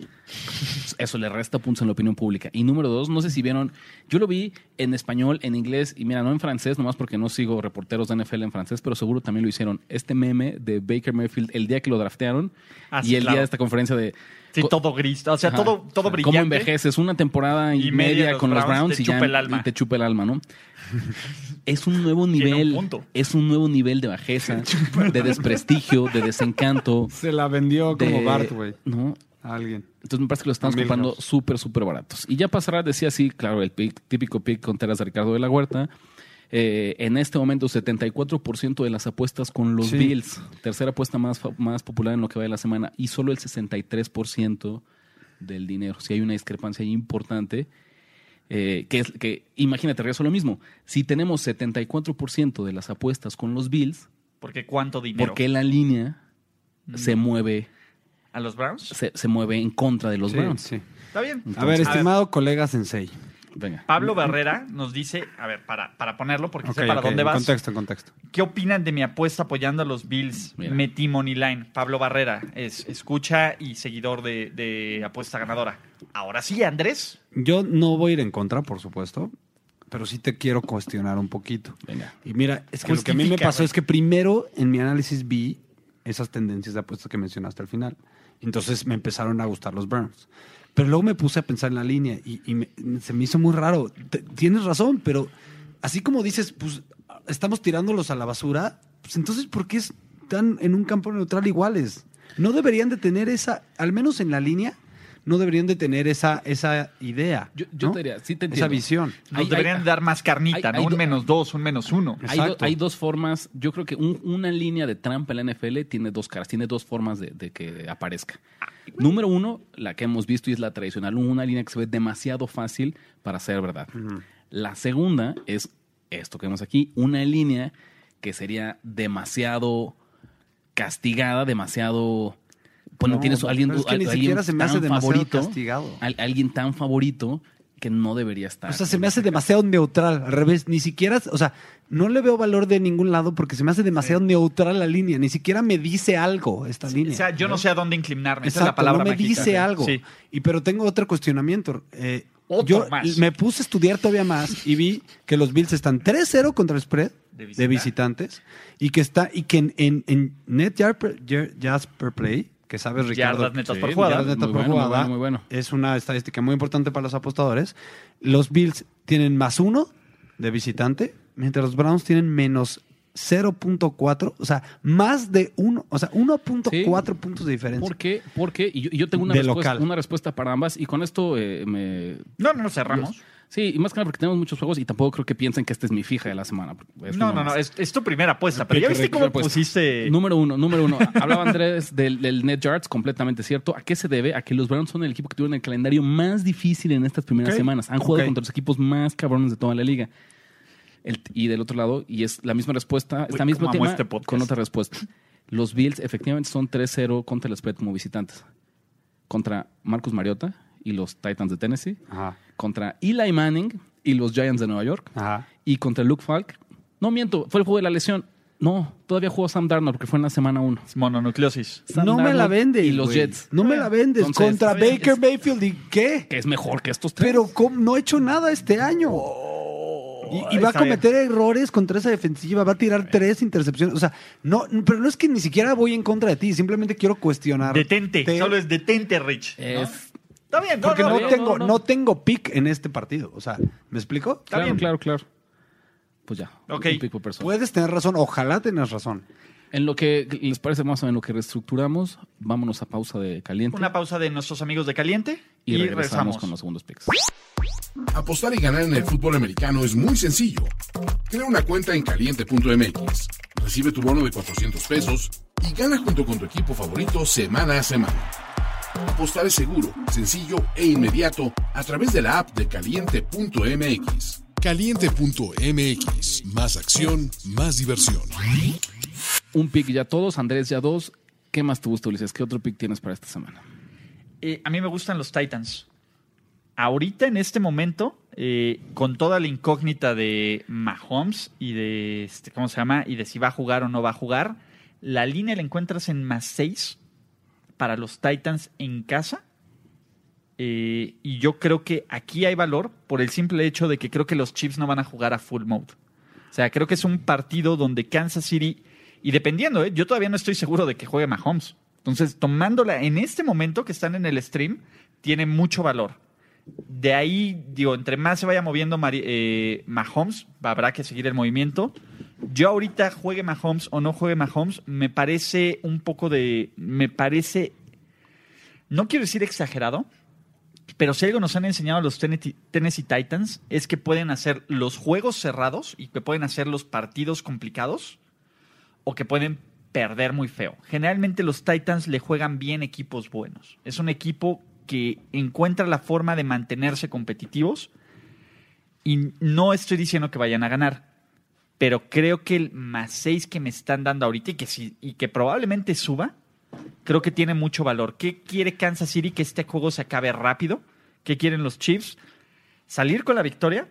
Eso le resta puntos en la opinión pública. Y número dos, no sé si vieron, yo lo vi en español, en inglés, y mira, no en francés, nomás porque no sigo reporteros de NFL en francés, pero seguro también lo hicieron. Este meme de Baker Mayfield el día que lo draftearon
Ah,
y
sí,
el
claro.
día de esta conferencia de
Sí,
co-
todo gris. O sea,
Ajá.
todo, todo
O sea,
brillante.
¿Cómo envejeces? Una temporada y,
Y media
media
los
con los
Browns,
Browns
te
y ya
chupa el alma.
y te chupa el alma, ¿no? Es un nuevo
Tiene un
nivel.
punto.
es un nuevo nivel de bajeza, de desprestigio, de desencanto.
Se la vendió
De,
como Bart, güey.
¿no?
A alguien.
Entonces me parece que lo estamos
Mil
comprando
gracias.
súper, súper baratos. Y ya pasará, decía así, claro, el pick- típico pick con telas de Ricardo de la Huerta. Eh, en este momento, 74% de las apuestas con los
Sí.
Bills, tercera apuesta más, fa- más popular en lo que va de la semana, y solo el 63% del dinero. Si hay una discrepancia ahí importante, eh, que es que, imagínate, regreso a lo mismo. Si tenemos 74% de las apuestas con los Bills,
Porque cuánto dinero.
¿por qué la línea se
Mm.
mueve,
¿A los Browns?
se, se mueve en contra de los
Sí,
Browns?
sí.
Está bien.
a ver,
Entonces-
estimado colega Sensei.
Venga.
Pablo Barrera nos dice, a ver, para, para ponerlo, porque sé
Ok,
para
ok,
dónde
en
vas.
Contexto, en contexto.
¿Qué opinan de mi apuesta apoyando a los Bills?
Mira.
Metí Money Line. Pablo Barrera es escucha y seguidor de, de apuesta ganadora. Ahora sí, Andrés.
Yo no voy a ir en contra, por supuesto, pero sí te quiero cuestionar un poquito.
Venga.
Y mira, es que lo que a mí me
Justifica,
pasó
güey.
es que primero en mi análisis vi esas tendencias de apuestas que mencionaste al final. Entonces me empezaron a gustar los Browns. Pero luego me puse a pensar en la línea y, y me- se me hizo muy raro. Te- tienes razón, pero así como dices, pues estamos tirándolos a la basura, pues entonces ¿por qué están en un campo neutral iguales? No deberían de tener esa, al menos en la línea, no deberían de tener esa, esa idea.
Yo- yo
¿no?
te diría, sí te
Esa
entiendo.
visión.
Nos
Hay-
deberían
hay-
dar más carnita,
hay-
¿no?
hay
un
do-
menos dos, un menos uno.
Hay, do-
Exacto.
hay dos formas. Yo creo que un- una línea de trampa en la NFL tiene dos caras, tiene dos formas de, de que aparezca. Número uno, la que hemos visto y es la tradicional, una línea que se ve demasiado fácil para ser verdad. La segunda es esto que vemos aquí, una línea que sería demasiado castigada, demasiado. Bueno,
No,
tienes
no,
alguien,
pero es que ni
alguien
siquiera se me
tan
hace demasiado
favorito,
castigado.
al- alguien tan favorito que no debería estar.
O sea, se me hace demasiado neutral, al revés, ni siquiera, o sea, no le veo valor de ningún lado porque se me hace demasiado neutral la línea, ni siquiera me dice algo esta
O
línea.
sea, yo no sé a dónde inclinarme. Esa es la
Exacto,
palabra
no me
mágica.
dice algo.
Sí.
Y pero tengo otro cuestionamiento. eh,
Otro
yo
más.
me puse a estudiar todavía más y vi que los Bills están 3-0 contra el spread
De
de,
visita.
visitantes y que está y que en, en- en net yard per, yard- yards per play, que sabes Ricardo,
Yardas netas por
Sí,
jugada.
yardas netas
Muy
por
bueno, muy
jugada,
bueno, muy bueno.
es una estadística muy importante para los apostadores. Los Bills tienen más uno de visitante, mientras los Browns tienen menos 0.4, o sea, más de uno, o sea, 1.4 puntos de diferencia.
¿Por qué? Porque, y yo, y yo tengo una
De
respuesta,
local.
una respuesta para ambas, y con esto eh, me.
No, no, no, cerramos.
Sí, y más que nada porque tenemos muchos juegos y tampoco creo que piensen que esta es mi fija de la semana. porque es
No,
una
no, no,
más.
es, es tu primera apuesta. Pero ya viste cómo
Apuesta.
pusiste...
Número uno, número uno. Hablaba Andrés del, del net yards, completamente cierto. ¿A qué se debe? A que los Browns son el equipo que tuvieron el calendario más difícil en estas primeras
Ok.
semanas. Han jugado
Ok.
contra los equipos más cabrones de toda la liga. El- y del otro lado, y es la misma respuesta, es
Uy,
la misma
cómo amo
tema
este podcast.
con otra respuesta. Los Bills efectivamente son 3-0 contra el spread como visitantes. Contra Marcus Mariota y los Titans de Tennessee.
Ajá.
Contra Eli Manning y los Giants de Nueva York.
Ajá.
Y contra Luke Falk. No miento, fue el juego de la lesión. No, todavía jugó Sam Darnold porque fue en la semana 1.
Es mononucleosis.
Sam
no me la
Darnold
vendes.
Y los
güey.
Jets.
No me la vendes.
Entonces,
contra
está bien,
Baker
es-
Mayfield. ¿Y qué?
Que es mejor que estos tres.
Pero ¿cómo? no ha hecho nada este año.
Oh,
y, y va a
está
cometer errores contra esa defensiva, va a tirar tres intercepciones. O sea, no, no, pero no es que ni siquiera voy en contra de ti, simplemente quiero cuestionar.
Detente.
Te-
Solo es detente, Rich. ¿no?
Es-
Está bien, no,
porque
no,
no,
no,
tengo,
no,
no,
no.
tengo pick en este partido. O sea, ¿me explico?
Claro,
bien.
claro, claro. Pues ya.
Ok.
Un pick por persona.
Puedes tener razón, ojalá tengas razón.
En lo que les parece más o menos en lo que reestructuramos, vámonos a pausa de caliente
Una pausa de nuestros amigos de Caliente
y,
y,
regresamos,
regresamos.
con los segundos picks.
Apostar y ganar en el fútbol americano es muy sencillo. Crea una cuenta en caliente.mx, recibe tu bono de 400 pesos y gana junto con tu equipo favorito semana a semana. Apostar es seguro, sencillo e inmediato a través de la app de caliente.mx.
Caliente.mx. Más acción, más diversión.
Un pick ya todos, Andrés ya dos. ¿Qué más te gusta, Ulises? ¿Qué otro pick tienes para esta semana?
Eh, a mí me gustan los Titans. Ahorita, en este momento, eh, con toda la incógnita de Mahomes y de, este, ¿cómo se llama? Y de si va a jugar o no va a jugar, la línea la encuentras en más 6 para los Titans en casa. Eh, y yo creo que aquí hay valor por el simple hecho de que creo que los Chiefs no van a jugar a full mode. O sea, creo que es un partido donde Kansas City, y dependiendo, ¿eh? yo todavía no estoy seguro de que juegue Mahomes. Entonces, tomándola en este momento que están en el stream, tiene mucho valor. De ahí, digo, entre más se vaya moviendo Mari- eh, Mahomes, habrá que seguir el movimiento. Yo ahorita juegue Mahomes o no juegue Mahomes, me parece un poco de... Me parece... No quiero decir exagerado, pero si algo nos han enseñado los Tenneti- Tennessee Titans es que pueden hacer los juegos cerrados y que pueden hacer los partidos complicados o que pueden perder muy feo. Generalmente los Titans le juegan bien equipos buenos. Es un equipo que encuentra la forma de mantenerse competitivos y no estoy diciendo que vayan a ganar, pero creo que el más 6 que me están dando ahorita y que, sí- y que probablemente suba, creo que tiene mucho valor. ¿Qué quiere Kansas City? Que este juego se acabe rápido. ¿Qué quieren los Chiefs? Salir con la victoria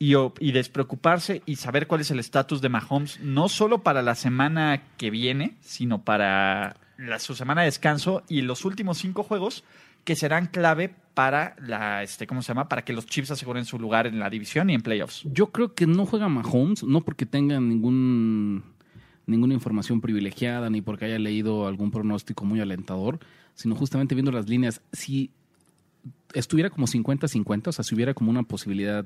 y, o- y despreocuparse y saber cuál es el estatus de Mahomes, no solo para la semana que viene, sino para la- su semana de descanso y los últimos cinco juegos que serán clave para la este cómo se llama para que los Chiefs aseguren su lugar en la división y en playoffs.
Yo creo que no juega Mahomes, no porque tenga ningún, ninguna información privilegiada ni porque haya leído algún pronóstico muy alentador, sino justamente viendo las líneas. Si estuviera como 50-50, o sea, si hubiera como una posibilidad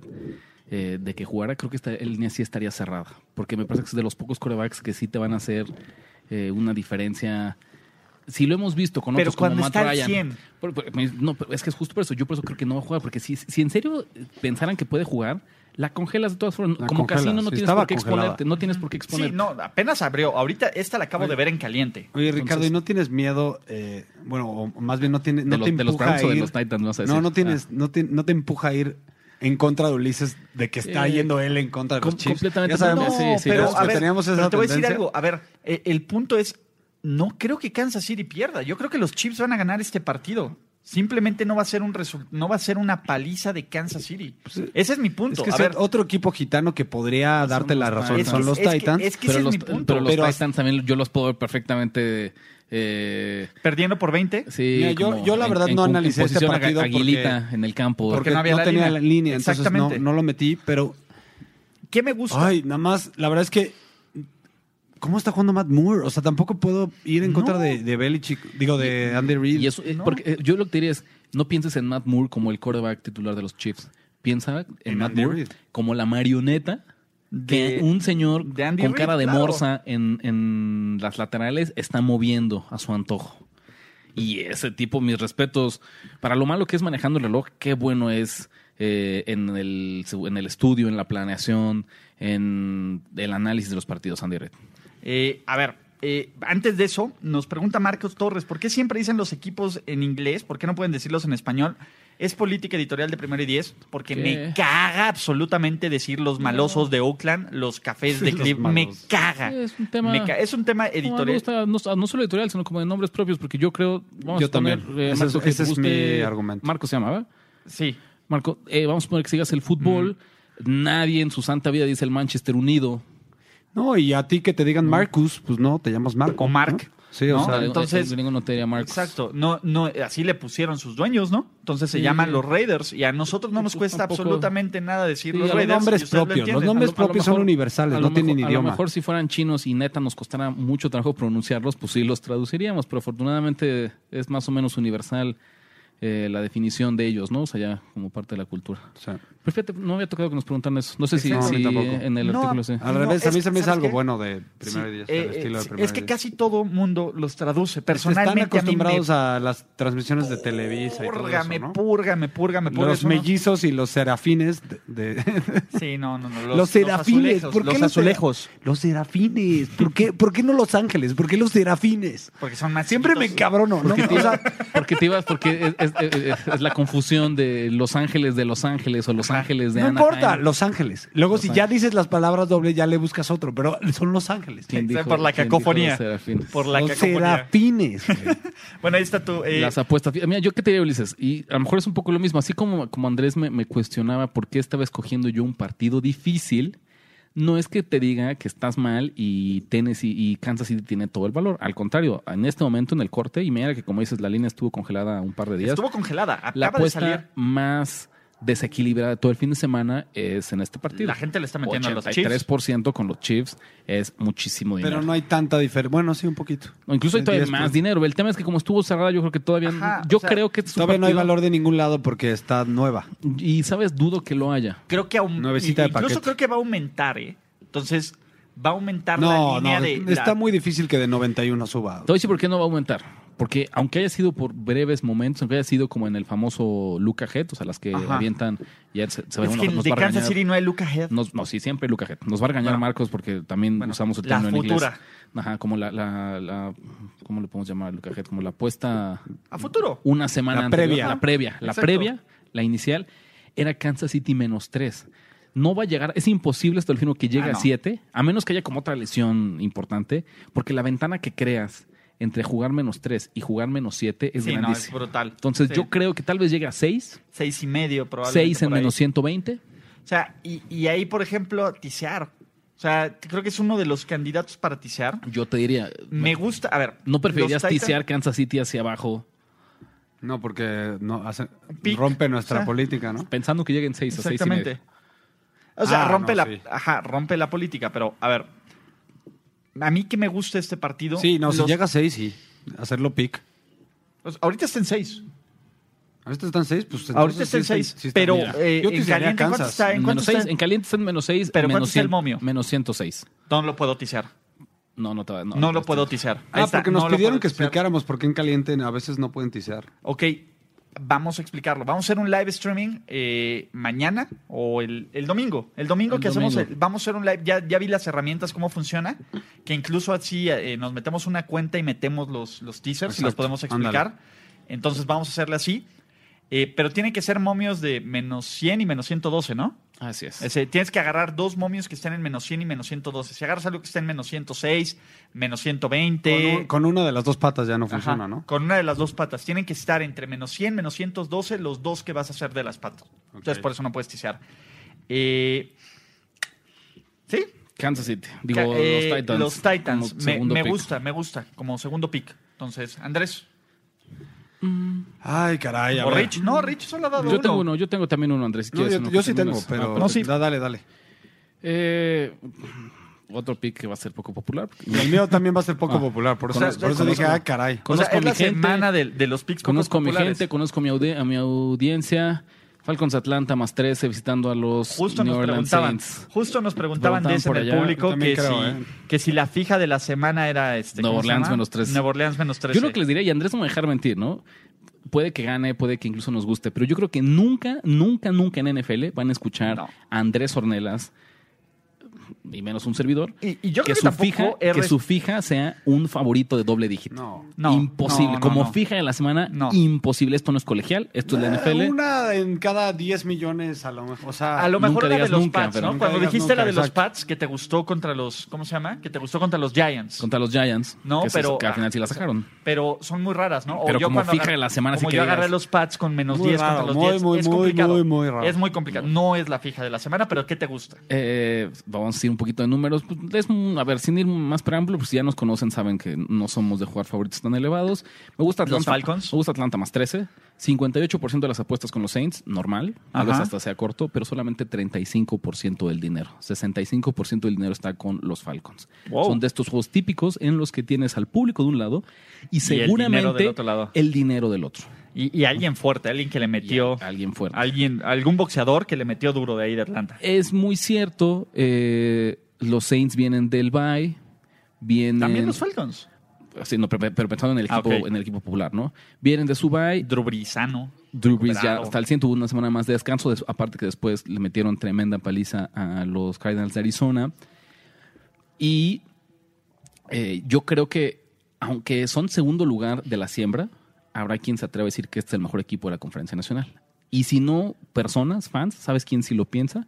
eh, de que jugara, creo que esta línea sí estaría cerrada, porque me parece que es de los pocos corebacks que sí te van a hacer eh, una diferencia. Si lo hemos visto con
Pero
otros pues como
cuando
Matt
está al
Ryan.
100.
Por- por- me- no, pero es que es justo por eso. Yo por eso creo que no va a jugar. Porque si, si en serio pensaran que puede jugar, la congelas de todas formas.
La
Como
congelas.
casino no
Sí,
tienes
estaba
por qué
congelada.
exponerte. No tienes por qué
Sí,
exponerte.
no, apenas abrió. Ahorita esta la acabo de ver en caliente.
Oye, Ricardo,
Entonces-
¿y no tienes miedo? eh, bueno, o más bien no, tiene, no
los-
te
de los
empuja
Browns
a
o de
ir-
los Titans, vas a
No,
decir.
no, tienes, no, te, no te empuja a ir en contra de Ulises, de que está
Eh,
yendo él en contra de los
com-
Chiefs.
completamente.
Ya sabemos,
No, Sí, sí,
pero
ya
a ver, teníamos esa
pero te voy a decir
tendencia.
algo. A ver, eh, el punto es, no creo que Kansas City pierda. Yo creo que los Chiefs van a ganar este partido. Simplemente no va a ser un resul- no va a ser una paliza de Kansas City. Ese es mi punto.
Pues, eh, Es que
a
es
ver, Pues
otro equipo gitano que podría darte la razón.
es que-
son los
es que-
Titans.
es que
pero,
ese
los,
es mi punto.
pero los
Pero as-
Titans también yo los puedo ver perfectamente. eh,
Perdiendo por 20.
sí,
Mira, yo-
como
yo la verdad
cu-
no analicé este
posición aga-
partido porque-
aguilita en el campo.
porque
no
no,
había la
tenía
línea.
la línea, entonces no,
Exactamente.
no lo metí, pero...
¿Qué me gusta?
Ay, nada más, la verdad es que... ¿Cómo está jugando Matt Moore? O sea, tampoco puedo ir en contra
No.
de, de Belichick, digo, de Andy Reid.
Y eso, eh,
No.
porque, eh, yo lo que te diría es, no pienses en Matt Moore como el quarterback titular de los Chiefs. Piensa en,
En
Matt
Andy
Moore
Reid.
como la marioneta de
De-
un señor
de Andy
con
Reid,
cara de
claro.
morsa en, en las laterales está moviendo a su antojo. Y ese tipo, mis respetos, para lo malo que es manejando el reloj, qué bueno es eh, en, el, en el estudio, en la planeación, en el análisis de los partidos, Andy Reid.
Eh, a ver, eh, antes de eso, nos pregunta Marcos Torres, ¿por qué siempre dicen los equipos en inglés? ¿Por qué no pueden decirlos en español? Es política editorial de primero y diez, porque
¿Qué?
me caga absolutamente decir los malosos de Oakland, los cafés de
Los
Cliff, me
malos.
caga.
Es un tema-
Me ca- es un tema
No,
editorial.
me gusta, no, no solo editorial, sino como de nombres propios, porque yo creo. Vamos
Yo
a poner,
también.
eh,
Ese es-
Marco,
ese es
usted-
mi argumento.
Marco se llamaba.
Sí.
Marco, eh, vamos a poner que sigas el fútbol. Nadie en su santa vida dice el Manchester Unido.
No, y a ti que te
Mm.
digan Marcus, pues no, te llamas Marco.
O Mark,
¿no? Sí, o
¿no?
sea,
Dale. entonces-
Ninguno no te diría Marcos.
Exacto, no, no, así le pusieron sus dueños, ¿no? Entonces se
Sí.
llaman los Raiders y a nosotros no nos cuesta
Tampoco-
absolutamente nada decir
Sí,
los
a los
Raiders.
nombres
y ustedes lo
propios, los
entienden.
A lo-
nombres
a lo
propios son
mejor-
universales,
a lo
no tienen
mejor- A
idioma.
lo mejor si fueran chinos y neta nos costara mucho trabajo pronunciarlos, pues sí los traduciríamos, pero afortunadamente es más o menos universal eh, la definición de ellos, ¿no? O sea, ya como parte de la cultura.
o sea,
Pero fíjate, no había tocado que nos preguntaran eso. No sé si,
Exacto.
si
No, a mí tampoco.
en el
No,
artículo sí.
al
No,
revés, a
es
mí
que,
se me es
¿sabes
algo
qué?
bueno de
Sí,
primer día,
eh,
del estilo
eh,
de
sí,
primer
es que
día.
casi todo mundo los traduce.
Están
Personalmente
acostumbrados
a
a las transmisiones de
mí me
Televisa y todo
purga,
eso,
me
¿no?
purga, me purga, me purga.
Los
Eso no-
mellizos y los serafines de... de-
Sí, no, no, no. Los,
Los, serafines,
azulejos,
¿por qué
los azulejos?
Los serafines, ¿por qué, por qué no Los Ángeles? ¿Por qué los serafines?
Porque son más
Siempre me
chiquitos.
encabrono, ¿no? O sea,
Porque te ibas, porque es, es- es- es la confusión de Los Ángeles de Los Ángeles o Los Ángeles de
no
Anaheim.
importa, Los Ángeles. Luego,
Los
si ya
Ángeles.
dices las palabras doble, ya le buscas otro, pero son Los Ángeles.
¿Quién dijo-
Por la
quién dijo
cacofonía.
los serafines?
Por la
los
cacofonía.
serafines. güey.
Bueno, ahí está tu. eh,
Las apuestas. Mira, yo qué te diría, Ulises, y a lo mejor es un poco lo mismo. Así como, como Andrés me, me cuestionaba por qué estaba escogiendo yo un partido difícil, no es que te diga que estás mal y Tennessee y Kansas City tiene todo el valor. Al contrario, en este momento en el corte, y mira que como dices, la línea estuvo congelada un par de días.
estuvo congelada. Acaba
la
de
apuesta
salir.
más desequilibrada de todo el fin de semana es en este partido.
La gente le está metiendo a los Chiefs.
83% con los Chiefs es muchísimo dinero.
pero no hay tanta diferencia. Bueno, sí, pues, un poquito.
O incluso hay todavía
10%.
más dinero. El tema es que como estuvo cerrada, yo creo que todavía...
Ajá,
yo
o sea,
creo que este es un
Todavía no hay
partido-
valor de ningún lado porque está nueva.
Y sabes, dudo que lo haya.
Creo que aún.
Nuevecita de
Incluso
paquete.
creo que va a aumentar, ¿eh? Entonces, va a aumentar la
No,
línea
no,
de. la-
está muy difícil que de 91 suba.
Te voy a decir por qué no va a aumentar. Porque aunque haya sido por breves momentos, aunque haya sido como en el famoso Luca Head, o sea, las que
Ajá.
avientan, ya se, se va-
Es
nos-
que en
nos
de
va a
Kansas
regañar.
City no hay Luca Head.
Nos- no, sí, siempre Luca Head. Nos va a regañar
Bueno.
Marcos porque también
Bueno,
usamos el
la
término en inglés.
futura.
Ajá, como la, la, la- ¿Cómo le podemos llamar a Luca Head? Como la apuesta
A futuro.
una semana
La
anterior.
previa.
La previa. La
Exacto.
previa, la inicial, era Kansas City menos 3. No va a llegar, es imposible hasta el final que llegue
Ah,
a
no.
7, a menos que haya como otra lesión importante, porque la ventana que creas entre jugar menos 3 y jugar menos 7 es
Sí, no, es
grandísima.
brutal.
Entonces
Sí.
yo creo que tal vez llegue a 6,
Seis y medio probablemente.
6 en
por ahí.
menos 120.
O sea, y, y ahí, por ejemplo, tisear. O sea, creo que es uno de los candidatos para tisear.
Yo te diría,
Me gusta, a ver.
¿no preferirías
los Titans-
tisear Kansas City hacia abajo
No, porque no hace-
Pick,
rompe nuestra
o sea,
política, ¿no?
pensando que lleguen 6 a 6 y medio?
Exactamente. O sea,
Ah,
rompe
no,
la.
sí.
Ajá, rompe la política, pero a ver. A mí que me gusta este partido.
Sí, no, si
los-
llega a 6, sí. Hacerlo pick.
los- ahorita está en seis.
Ahorita están 6, pues
Ahorita
entonces
está en
sí
seis.
sí están-
pero
Mira,
eh,
yo te
en
diría
caliente, ¿cuánto
Kansas. Ah,
está? ¿En cuánto
Menos 6,
está?
en caliente están menos 6,
¿Pero cuánto
menos
está el
100,
momio?
menos 106.
No lo puedo tisear.
No, no te va-
No, lo puedo tisear. Ahí
Ah,
está,
porque
no lo
nos pidieron
puedo
que
tisear.
explicáramos por qué en caliente a veces no pueden tisear.
Ok, vamos a explicarlo. Vamos a hacer un live streaming eh, mañana o el, el domingo. El domingo
El
que hacemos,
domingo.
el- vamos a hacer un live. Ya, ya vi las herramientas, cómo funciona. Que incluso así eh, nos metemos una cuenta y metemos los, los teasers y los
Exacto,
podemos explicar.
ándale.
Entonces vamos a hacerle así. Eh, pero tiene que ser momios de menos 100 y menos 112, ¿no?
Así es.
Ese, tienes que agarrar dos momios que estén en menos 100 y menos 112. Si agarras algo que esté en menos 106, menos 120.
Con, un- con una de las dos patas ya no
Este,
funciona,
Ajá,
¿no?
Con una de las dos patas. Tienen que estar entre menos 100, menos 112, los dos que vas a hacer de las patas. Entonces,
Ok.
por eso no puedes tisear. Eh, sí.
Kansas City. Digo,
Ca- eh,
los Titans.
los Titans.
como
Me,
segundo
me
pick.
gusta, me gusta. Como segundo pick. Entonces, Andrés.
Ay, caray. a
o
ver.
Rich. No, Rich solo ha dado
Yo tengo uno, yo tengo también uno, Andrés. si
No,
quieres
yo,
en lo
yo
que
sí tengo,
terminas. Ah,
pero...
perfecto.
Da- dale, dale.
Eh, otro pick que va a ser poco popular.
Y el mío también va a ser poco
Ah,
popular, por eso,
conozco-
por eso
conozco-
dije, ah, caray.
O sea,
Conozco a
es
mi
la
gente.
semana de, de los picks
Conozco a mi
populares.
gente, conozco a mi, audi- a mi audiencia. Falcons Atlanta más 13 visitando a los
Justo
New
nos,
Orleans
preguntaban,
Saints.
justo nos preguntaban de
Preguntaban
ese
por
en el
allá.
público
Yo
que,
también creo,
si,
¿eh?
que si la fija de la semana era este.
Nueva
¿cómo se
Orleans
llama?
menos tres.
Nueva Orleans menos 13.
Yo lo que les diría, y Andrés no me va a dejar mentir, ¿no? Puede que gane, puede que incluso nos guste, pero yo creo que nunca, nunca, nunca en NFL van a escuchar
No.
a Andrés Ornelas y menos un servidor,
Y- y yo
que,
creo que
su
tampoco
fija,
he
que
res-
su fija sea un favorito de doble dígito.
No.
No,
imposible.
no, no,
Como
no.
fija de la semana,
No.
imposible. Esto no es colegial, esto es la NFL.
Una en cada 10 millones a lo mejor. O sea,
A lo
Nunca
mejor la de
digas
los
nunca,
Pats,
pero
¿no?
nunca
Cuando
digas
dijiste la de
nunca,
los
exacto.
Pats que te gustó contra los, ¿cómo se llama? Que te gustó contra los Giants.
Contra los Giants.
No,
que se-
pero-
que al final sí la sacaron.
Pero son muy raras, ¿no? O
Pero
yo
como
cuando
fija de la semana, sí
Como
que
yo
digas.
agarré los Pats con menos
Muy
10
raro,
contra los
muy,
10.
muy,
es
muy,
complicado.
muy, muy raro.
Es muy complicado. No es la fija de la semana, pero ¿qué te gusta?
Eh, vamos a decir un poquito de números. Pues, es un- a ver, sin ir más preámbulo, pues si ya nos conocen, saben que no somos de jugar favoritos tan elevados. Me gusta
¿Los
Atlanta.
Falcons?
Me gusta Atlanta más 13. 58% de las apuestas con los Saints, normal. Tal vez
Ajá.
hasta sea corto, pero solamente 35% del dinero. 65% del dinero está con los Falcons.
Wow.
Son de estos juegos típicos en los que tienes al público de un lado y
Y el dinero del
seguramente
otro lado.
el dinero del otro.
Y, y alguien fuerte, alguien que le metió.
Alguien fuerte.
Alguien, algún boxeador que le metió duro de ahí de Atlanta.
Es muy cierto. eh, los Saints vienen del bye. Vienen,
También los Falcons.
Sí, no, pero, pero pensando en el
Ah,
equipo,
ok.
en el equipo popular, ¿no? Vienen de su bye.
Drubrizano.
Drew Brees ya
Bravo.
hasta el 100 tuvo una semana más de descanso, des- aparte que después le metieron tremenda paliza a los Cardinals de Arizona. Y eh, yo creo que, aunque son segundo lugar de la siembra, habrá quien se atreva a decir que este es el mejor equipo de la Conferencia Nacional. Y si no, personas, fans, ¿sabes quién sí lo piensa?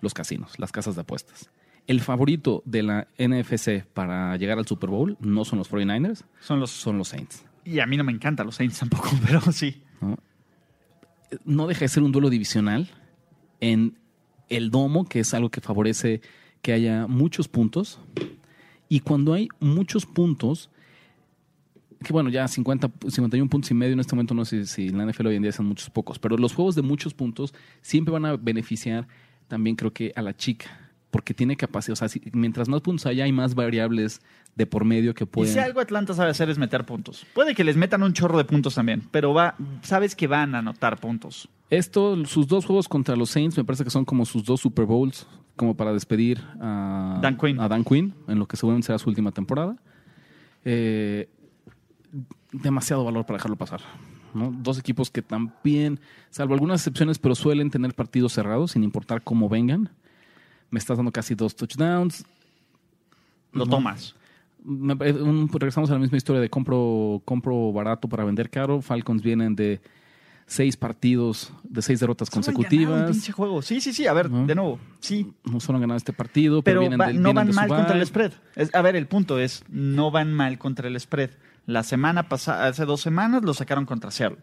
Los casinos, las casas de apuestas. El favorito de la NFC para llegar al Super Bowl no son los 49ers,
Son los.
son los Saints.
Y a mí no me encantan los Saints tampoco, pero sí.
no deja de ser un duelo divisional en el domo, que es algo que favorece que haya muchos puntos. Y cuando hay muchos puntos, que bueno, ya 50, 51 puntos y medio en este momento, no sé si en la NFL hoy en día son muchos pocos, pero los juegos de muchos puntos siempre van a beneficiar también creo que a la chica, porque tiene capacidad, o sea, si- mientras más puntos haya, hay más variables de por medio que
Y
pueden...
si algo Atlanta sabe hacer es meter puntos. Puede que les metan un chorro de puntos también, pero va, sabes que van a anotar puntos.
Esto, sus dos juegos contra los Saints, me parece que son como sus dos Super Bowls, como para despedir a
Dan Quinn.
a Dan Quinn, en lo que seguramente será su última temporada. Eh, demasiado valor para dejarlo pasar. ¿no? Dos equipos que también, salvo algunas excepciones, pero suelen tener partidos cerrados, sin importar cómo vengan. Me estás dando casi dos touchdowns.
Lo tomas.
Me pare- un- regresamos a la misma historia de compro, compro barato para vender caro. Falcons vienen de seis partidos, de seis derrotas
Ganaron
consecutivas.
pinche juego. Sí, sí, sí. A ver,
Ujú.
de nuevo. Sí.
no solo han ganado este partido,
Pero
pero, vienen
va-
de-
no
vienen
van
de su
mal contra
bye.
el spread. Es- a ver, el punto es, no van mal contra el spread. La semana pasada, hace dos semanas, lo sacaron contra Seattle.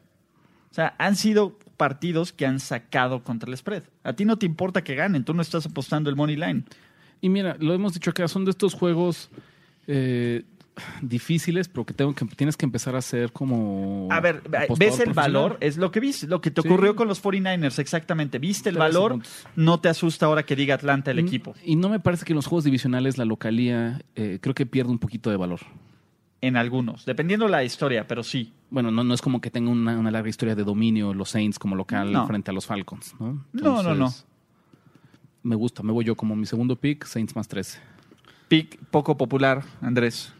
O sea, han sido partidos que han sacado contra el spread. A ti no te importa que ganen, tú no estás apostando el money line.
Y mira, lo hemos dicho acá, son de estos juegos eh, difíciles, pero que, tengo que tienes que empezar a hacer como.
A ver,
apostador
ves el
profesional.
valor, es lo que viste, lo que te
Sí.
ocurrió con los 49ers, exactamente. Viste el
13
valor,
puntos.
no te asusta ahora que diga Atlanta el equipo.
Mm, Y no me parece que en los juegos divisionales la localía eh, creo que pierde un poquito de valor.
En algunos, dependiendo la historia, pero sí.
Bueno, no, no es como que tenga una, una larga historia de dominio los Saints como local
No.
frente a los Falcons, ¿no?
No, no, no.
Me gusta, me voy yo como mi segundo pick, Saints más 13.
Pick poco popular, Andrés.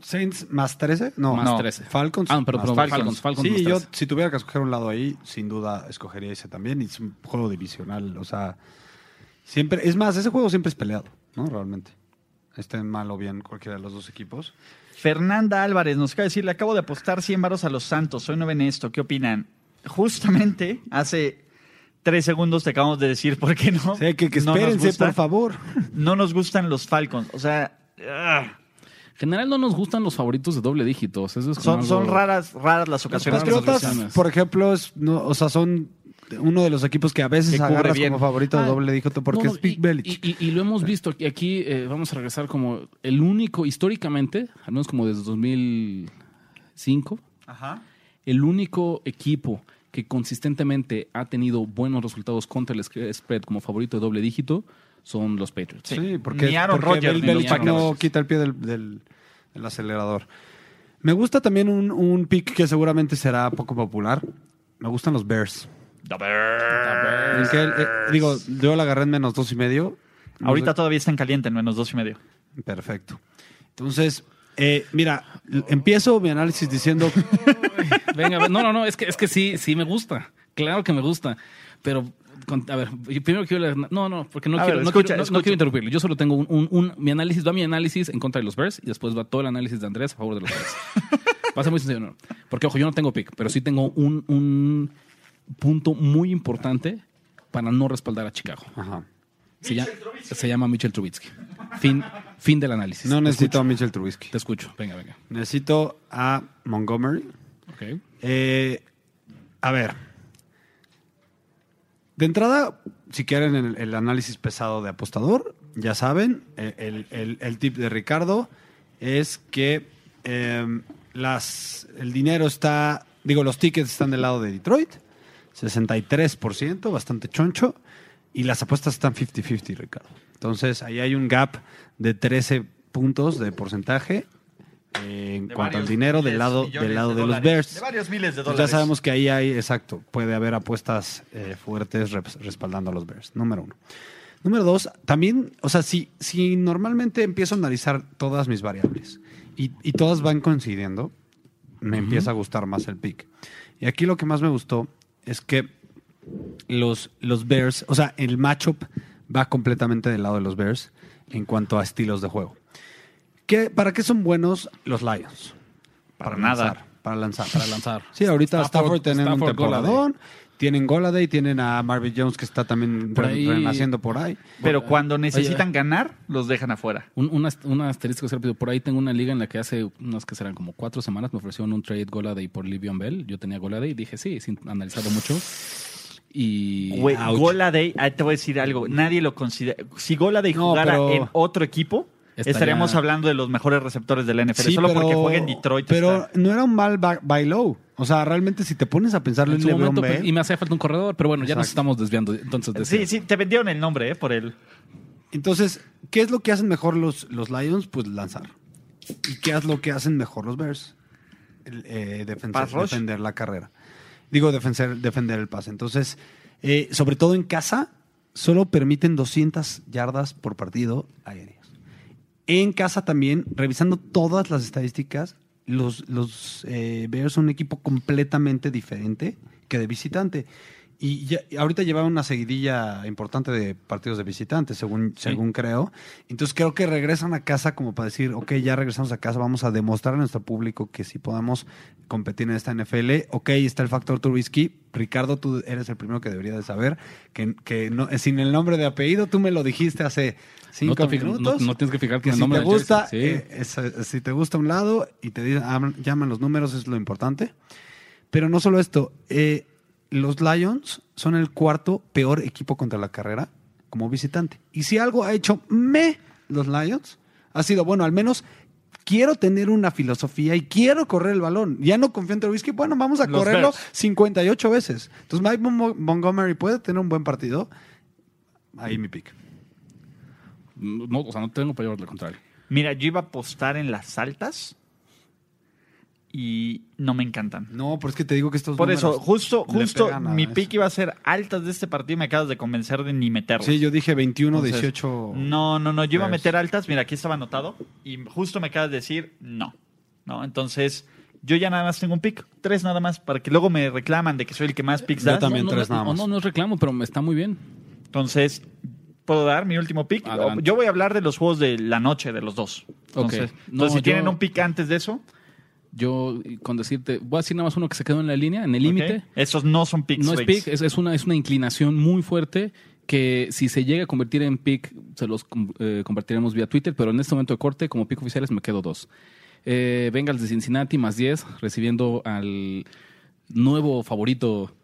Saints más 13? No,
Más
no.
13.
Falcons.
Ah, pero,
más
Falcons.
13.
Falcons, Falcons más
Sí, yo
13.
si tuviera que escoger un lado ahí, sin duda escogería ese también. Y es un juego divisional, o sea, siempre, es más, ese juego siempre es peleado, ¿no? Realmente. Estén mal o bien cualquiera de los dos equipos.
Fernanda Álvarez nos acaba de decir, le acabo de apostar 100 varos a los Santos, soy nueve en esto, ¿qué opinan? Justamente hace tres segundos te acabamos de decir por qué no.
O sea, que, que
no nos
espérense,
gusta-
por favor.
No nos gustan los Falcons, o sea, ah,
En general no nos gustan los favoritos de doble dígito. o sea, eso es como
son, son
algo-
raras, raras las ocasiones.
Patriotas,
que nos gustan.
Patriotas, por ejemplo, es, no, o sea, son uno de los equipos que a veces
Que cubre
agarras
bien.
como favorito de
Ah,
doble, dijo porque
No,
es Big
y-
Belich.
Y, y- y lo hemos visto aquí, aquí, eh, vamos a regresar como el único, históricamente, al menos como desde 2005,
Ajá.
el único equipo que consistentemente ha tenido buenos resultados contra el sc- spread como favorito de doble dígito son los Patriots.
Sí, porque,
Ni Aaron
porque
Rodgers,
Bill
ni los
Belichick
Packers.
no quita el pie del, del- del acelerador. Me gusta también un, un pick que seguramente será poco popular. Me gustan los Bears.
Ah.
El que- eh, digo, yo la agarré en menos dos y medio. No
Ahorita
sé-
todavía están calientes, en menos dos y medio.
Perfecto. Entonces, eh, mira, l- empiezo mi análisis diciendo
Venga, no, no, no, es que, es que sí, sí me gusta. Claro que me gusta. Pero con- a ver, yo primero quiero leer- No, no, porque no,
A
quiero,
ver,
no
escucha,
quiero- no- no
escucha.
quiero interrumpirlo. Yo solo tengo un, un- un- Mi análisis, va mi análisis en contra de los Bears y después va todo el análisis de Andrés a favor de los Bears. va a ser muy sencillo. no. Porque, ojo, yo no tengo pick, pero sí tengo un, un punto muy importante para no respaldar a Chicago.
Ajá.
Se, llama- se llama Mitchell Trubisky. Fin, fin del análisis.
No
Te
necesito a
escucho.
Mitchell Trubisky.
Te escucho. Venga, venga.
Necesito a Montgomery.
Ok.
Eh, a ver. De entrada, si quieren el, el análisis pesado de apostador, ya saben, eh, el, el- el tip de Ricardo es que eh, las, el dinero está, digo, los tickets están del lado de Detroit, 63%, bastante choncho, y las apuestas están 50-50, Ricardo. Entonces, ahí hay un gap de 13 puntos de porcentaje eh, en
De
cuanto al
varios
dinero del
miles,
lado,
millones
del lado de, los
dólares,
Bears.
De varios miles de
Pues
dólares.
Ya sabemos que ahí hay, exacto, puede haber apuestas eh, fuertes reps- respaldando a los Bears. Número uno. Número dos, también, o sea, si, si normalmente empiezo a analizar todas mis variables y, y todas van coincidiendo, me empieza a gustar más el pick. Y aquí lo que más me gustó es que los, los Bears, o sea, el matchup va completamente del lado de los Bears en cuanto a estilos de juego. ¿Qué, ¿Para qué son buenos los Lions?
Para nada.
lanzar, para lanzar, para lanzar.
lanzar.
Sí, ahorita Stafford,
Stafford-
tienen un
Stafford, Golladay.
temporadón, tienen Goladay, tienen a Marvin Jones que está también
Por
re-
ahí-
renaciendo por ahí.
Pero cuando necesitan ganar, los dejan afuera.
Un, un, ast- un asterisco rápido. Por ahí tengo una liga en la que hace unas que serán como cuatro semanas me ofrecieron un trade Goladay por Livion Bell. Yo tenía Goladay y dije sí, sin analizarlo mucho. Y.
Güey,
Ouch.
Goladay, ah, te voy a decir algo, nadie lo considera. Si Goladay
No,
jugara
pero-
en otro equipo,
Estaría-
estaríamos hablando de los mejores receptores de la NFL.
Sí,
Solo
pero-
porque juega en Detroit.
Pero
está-
no era un mal ba- buy low. O sea, realmente si te pones a pensarlo
En
en
su
LeBron
momento,
Bell,
pues, y me hacía falta un corredor, pero bueno, ya nos
Exacto.
estamos desviando. Entonces, decía,
Sí, sí, te vendieron el nombre, ¿eh? Por él.
Entonces, ¿qué es lo que hacen mejor los, los Lions? Pues lanzar. ¿Y qué es lo que hacen mejor los Bears? El, eh, defense-
Pass rush.
defender la carrera. Digo, defender, defender el pase. Entonces, eh, sobre todo en casa, solo permiten 200 yardas por partido aéreas. En casa también, revisando todas las estadísticas, los, los eh, Bears son un equipo completamente diferente que de visitante. Y ya- y ahorita llevaba una seguidilla importante de partidos de visitantes, según, según creo. Entonces creo que regresan a casa como para decir, ok, ya regresamos a casa, vamos a demostrar a nuestro público que sí podemos competir en esta NFL. Ok, está el factor Trubisky. Ricardo, tú eres el primero que debería de saber que, que no, sin el nombre de apellido, tú me lo dijiste hace
no,
cinco
te fijas-
minutos.
no, no tienes que fijarte
Que
en el
si
nombre
te
de Jersey.
gusta,
Sí.
eh, es- eh, si te gusta un lado y te dicen, hablan- llaman los números, es lo importante. Pero no solo esto, eh, los Lions son el cuarto peor equipo contra la carrera como visitante. Y si algo ha hecho me los Lions, ha sido, bueno, al menos quiero tener una filosofía y quiero correr el balón. Ya no confío en Trubisky, bueno, vamos a
Los
correrlo
Bears.
58 veces. Entonces Mike Mon- Montgomery puede tener un buen partido. Ahí mi pick.
No, o sea, no tengo para llevar lo contrario.
Mira, yo iba a apostar en las altas y no me encantan.
No, pero es que te digo que estos
Por eso,
números
justo,
le
justo
pegan a
mi
eso.
pick iba a ser altas de este partido y me acabas de convencer de ni meterlo.
Sí, yo dije 21,
Entonces,
18.
No, no, no. Yo iba a
Bears.
meter altas. Mira, aquí estaba anotado. Y justo me acabas de decir no. No, entonces yo ya nada más tengo un pick. Tres nada más. Para que luego me reclaman de que soy el que más picks
Yo
da.
también
no, no,
tres
no,
nada más.
No, no es reclamo, pero me está muy bien.
Entonces, ¿puedo dar mi último pick?
Adelante.
Yo voy a hablar de los juegos de la noche de los dos. Entonces,
Ok. No,
entonces, si
yo-
tienen un pick antes de eso.
Yo, y con decirte, voy a decir nada más uno que se quedó en la línea, en el
¿ok?
límite.
Esos no son picks.
No es
Riggs.
pick, es, es una, es una inclinación muy fuerte que si se llega a convertir en pick, se los com- eh, compartiremos vía Twitter, pero en este momento de corte, como pick oficiales, me quedo dos. Eh, Bengals de Cincinnati, más 10, recibiendo al nuevo favorito.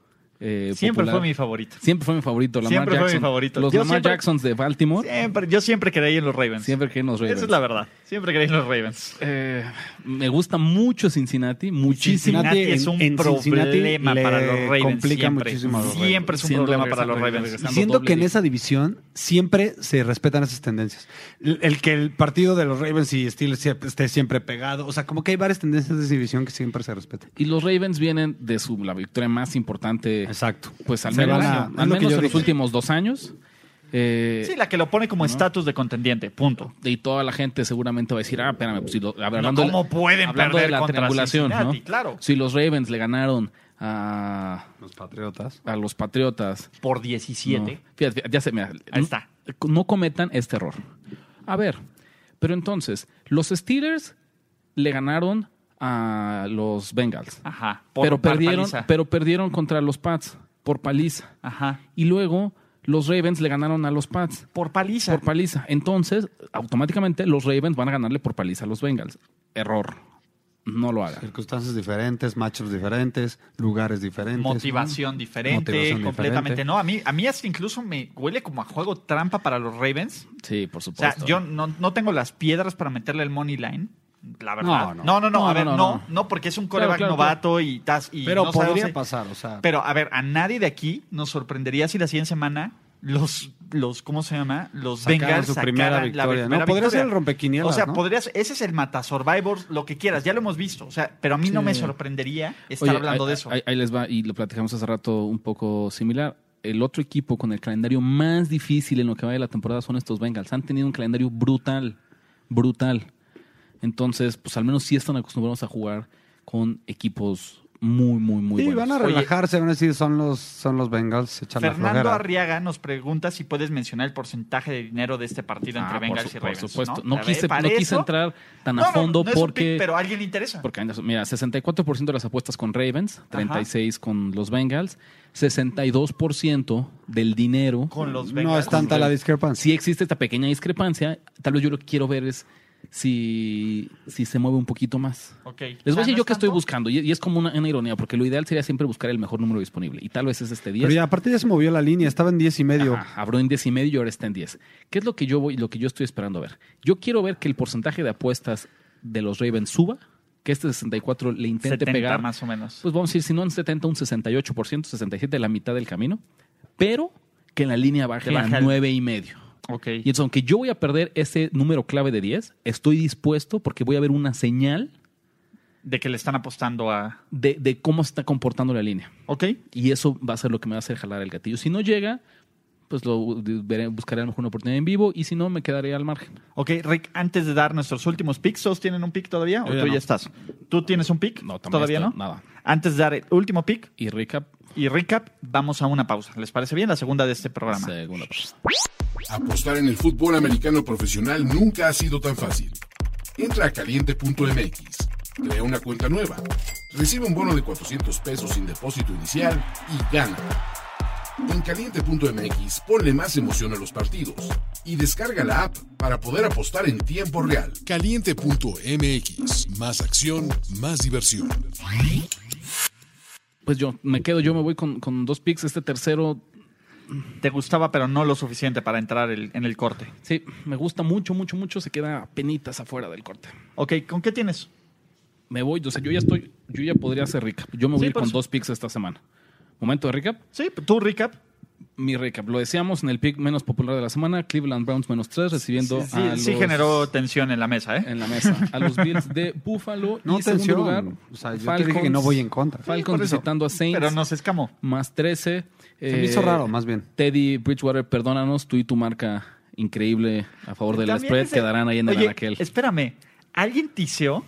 eh,
Siempre
popular.
fue mi favorito.
Siempre fue mi favorito, Lamar
Siempre fue mi
Jackson.
favorito.
Los
Yo
Lamar
siempre-
Jacksons de Baltimore,
Siempre, yo siempre creí en los Ravens.
siempre que nos Ravens.
Esa es la verdad. Siempre creí en los Ravens.
Eh, me gusta mucho Cincinnati, muchísimo.
Cincinnati es un
en- en Cincinnati
problema
le
para los Ravens.
complica
siempre.
muchísimo a los
Siempre es un
Siendo
problema para los
regresando,
Ravens.
regresando.
Siento
doble
que en
dígito.
esa división siempre se respetan esas tendencias. El, el que el partido de los Ravens y Steelers siempre- esté siempre pegado. O sea, como que hay varias tendencias de esa división que siempre se respetan.
Y los Ravens vienen de su, la victoria más importante.
Exacto.
Pues al
Se
menos,
van a-
al
es lo que
menos
yo
en los
dije.
últimos dos años. Eh,
Sí, la que lo pone como estatus de contendiente, punto.
Y toda la gente seguramente va a decir, ah, espérame, pues si lo- a ver,
No,
hablando, de la-
¿cómo pueden
hablando
perder
de la
contra
triangulación,
Cincinnati?
¿no?
Claro.
Si los Ravens le ganaron a,
Los Patriotas.
a los Patriotas.
Por
No.
17.
Fíjate, fíjate, ya se me.
Ahí está.
No cometan este error. A ver, pero entonces, los Steelers le ganaron a los Bengals.
Ajá. por-
Pero
par
perdieron,
paliza.
pero perdieron contra los Pats por paliza.
Ajá.
Y luego los Ravens le ganaron a los Pats
Por paliza.
por paliza. Entonces, automáticamente los Ravens van a ganarle por paliza a los Bengals. Error. No lo hagan.
Circunstancias diferentes, matchups diferentes, lugares diferentes.
Motivación diferente,
Motivación
completamente.
diferente.
No, a mí, a mí hasta incluso me huele como a juego trampa para los Ravens.
Sí, por
O sea,
supuesto.
yo no, no tengo las piedras para meterle el money line. La verdad. No, no,
No, no.
no. a
No,
ver, no,
no,
no,
no,
porque es un
Claro,
coreback
claro,
novato y tas- y
Pero
no sabemos-
podría pasar, o sea.
Pero, a ver, a nadie de aquí nos sorprendería si la siguiente semana los, los ¿cómo se llama? Los
Sacaran
Bengals
su primera
sacaran
victoria,
la
¿no?
primera
Podría
victoria.
ser el rompequinielas,
O sea,
¿no?
podrías, ese es el mata Survivors, lo que quieras, ya lo hemos visto. O sea, pero a mí no me sorprendería estar
Oye,
hablando
ahí-
de eso.
Ahí, ahí les va, y lo platicamos hace rato un poco similar. El otro equipo con el calendario más difícil en lo que va de la temporada son estos Bengals. Han tenido un calendario brutal, brutal. Entonces, pues al menos sí están acostumbrados a jugar con equipos muy, muy, muy
Sí,
buenos.
van a relajarse, van a decir, son los, son los Bengals, se echan la
Fernando
flojera.
Arriaga nos pregunta si puedes mencionar el porcentaje de dinero de este partido
Ah,
entre Bengals
por, su-
y
por
Ravens.
supuesto. No,
A ver,
quise,
para
no quise
eso-
entrar tan
No,
a
no,
fondo
no es un
porque...
pick, pero a alguien le interesa.
Porque, mira, 64% de las apuestas con Ravens, 36% con los Bengals, 62% del dinero
con los Bengals.
No es tanta la discrepancia.
sí existe esta pequeña discrepancia. Tal vez yo lo que quiero ver es si, si se mueve un poquito más.
Ok.
Les
O sea,
voy a decir
no
yo
es
que estoy
tanto.
buscando, y, y es como una, una ironía, porque lo ideal sería siempre buscar el mejor número disponible, y tal vez es este 10.
Pero ya, aparte ya se movió la línea, estaba en 10 y medio.
Ajá, abrió en 10 y medio y ahora está en 10. ¿Qué es lo que yo voy, lo que yo estoy esperando ver? Yo quiero ver que el porcentaje de apuestas de los Ravens suba, que este 64 le intente
70
pegar
más o menos.
pues vamos a decir, si no en 70, un 68%, 67%, la mitad del camino, pero que en la línea baje,
Que baje
a
al-
9 y medio.
Ok.
Y entonces, aunque yo voy a perder ese número clave de 10, estoy dispuesto porque voy a ver una señal
De que le están apostando a.
de, de cómo se está comportando la línea.
Ok.
Y eso va a ser lo que me va a hacer jalar el gatillo. Si no llega, pues lo veré- buscaré a lo mejor una oportunidad en vivo y si no, me quedaré al margen.
Ok, Rick, antes de dar nuestros últimos picks, ¿todos tienen un pick todavía? ¿O
Yo ya
tú ya
no.
estás? ¿Tú tienes un pick?
No, también
¿Todavía
estoy-
no?
nada.
Antes de dar el último pick
Y recap,
y recap, vamos a una pausa. ¿Les parece bien la segunda de este programa?
segunda persona.
Apostar en el fútbol americano profesional nunca ha sido tan fácil. Entra a caliente.mx, crea una cuenta nueva, recibe un bono de 400 pesos sin depósito inicial y gana. En caliente.mx ponle más emoción a los partidos y descarga la app para poder apostar en tiempo real.
Caliente.mx. Más acción, más diversión.
Pues yo me quedo, yo me voy con, con dos picks. Este tercero
Te gustaba, pero no lo suficiente para entrar el- en el corte.
Sí, me gusta mucho, mucho, mucho. Se queda penitas afuera del corte.
Ok, ¿con qué tienes?
Me voy, o sea, yo ya estoy, yo ya podría hacer recap. Yo me voy
Sí,
a ir
por
con
eso.
dos picks esta semana. Momento de recap.
Sí, tú recap.
Mi recap, lo decíamos en el pick menos popular de la semana, Cleveland Browns menos tres, recibiendo
Sí,
a
sí
los-
generó tensión en la mesa, ¿eh?
en la mesa a los Bills de Buffalo
No,
y segundo
atención.
lugar,
o sea, yo te dije que no voy en contra.
Sí,
Falcons
por eso.
visitando a Saints
Pero nos escamó.
más 13.
Se me
Eh,
hizo raro, más bien.
Teddy Bridgewater, perdónanos, tú y tu marca increíble a favor de la
También
spread
es el-
quedarán ahí en el
Oye,
anaquel.
Espérame, ¿alguien tiseó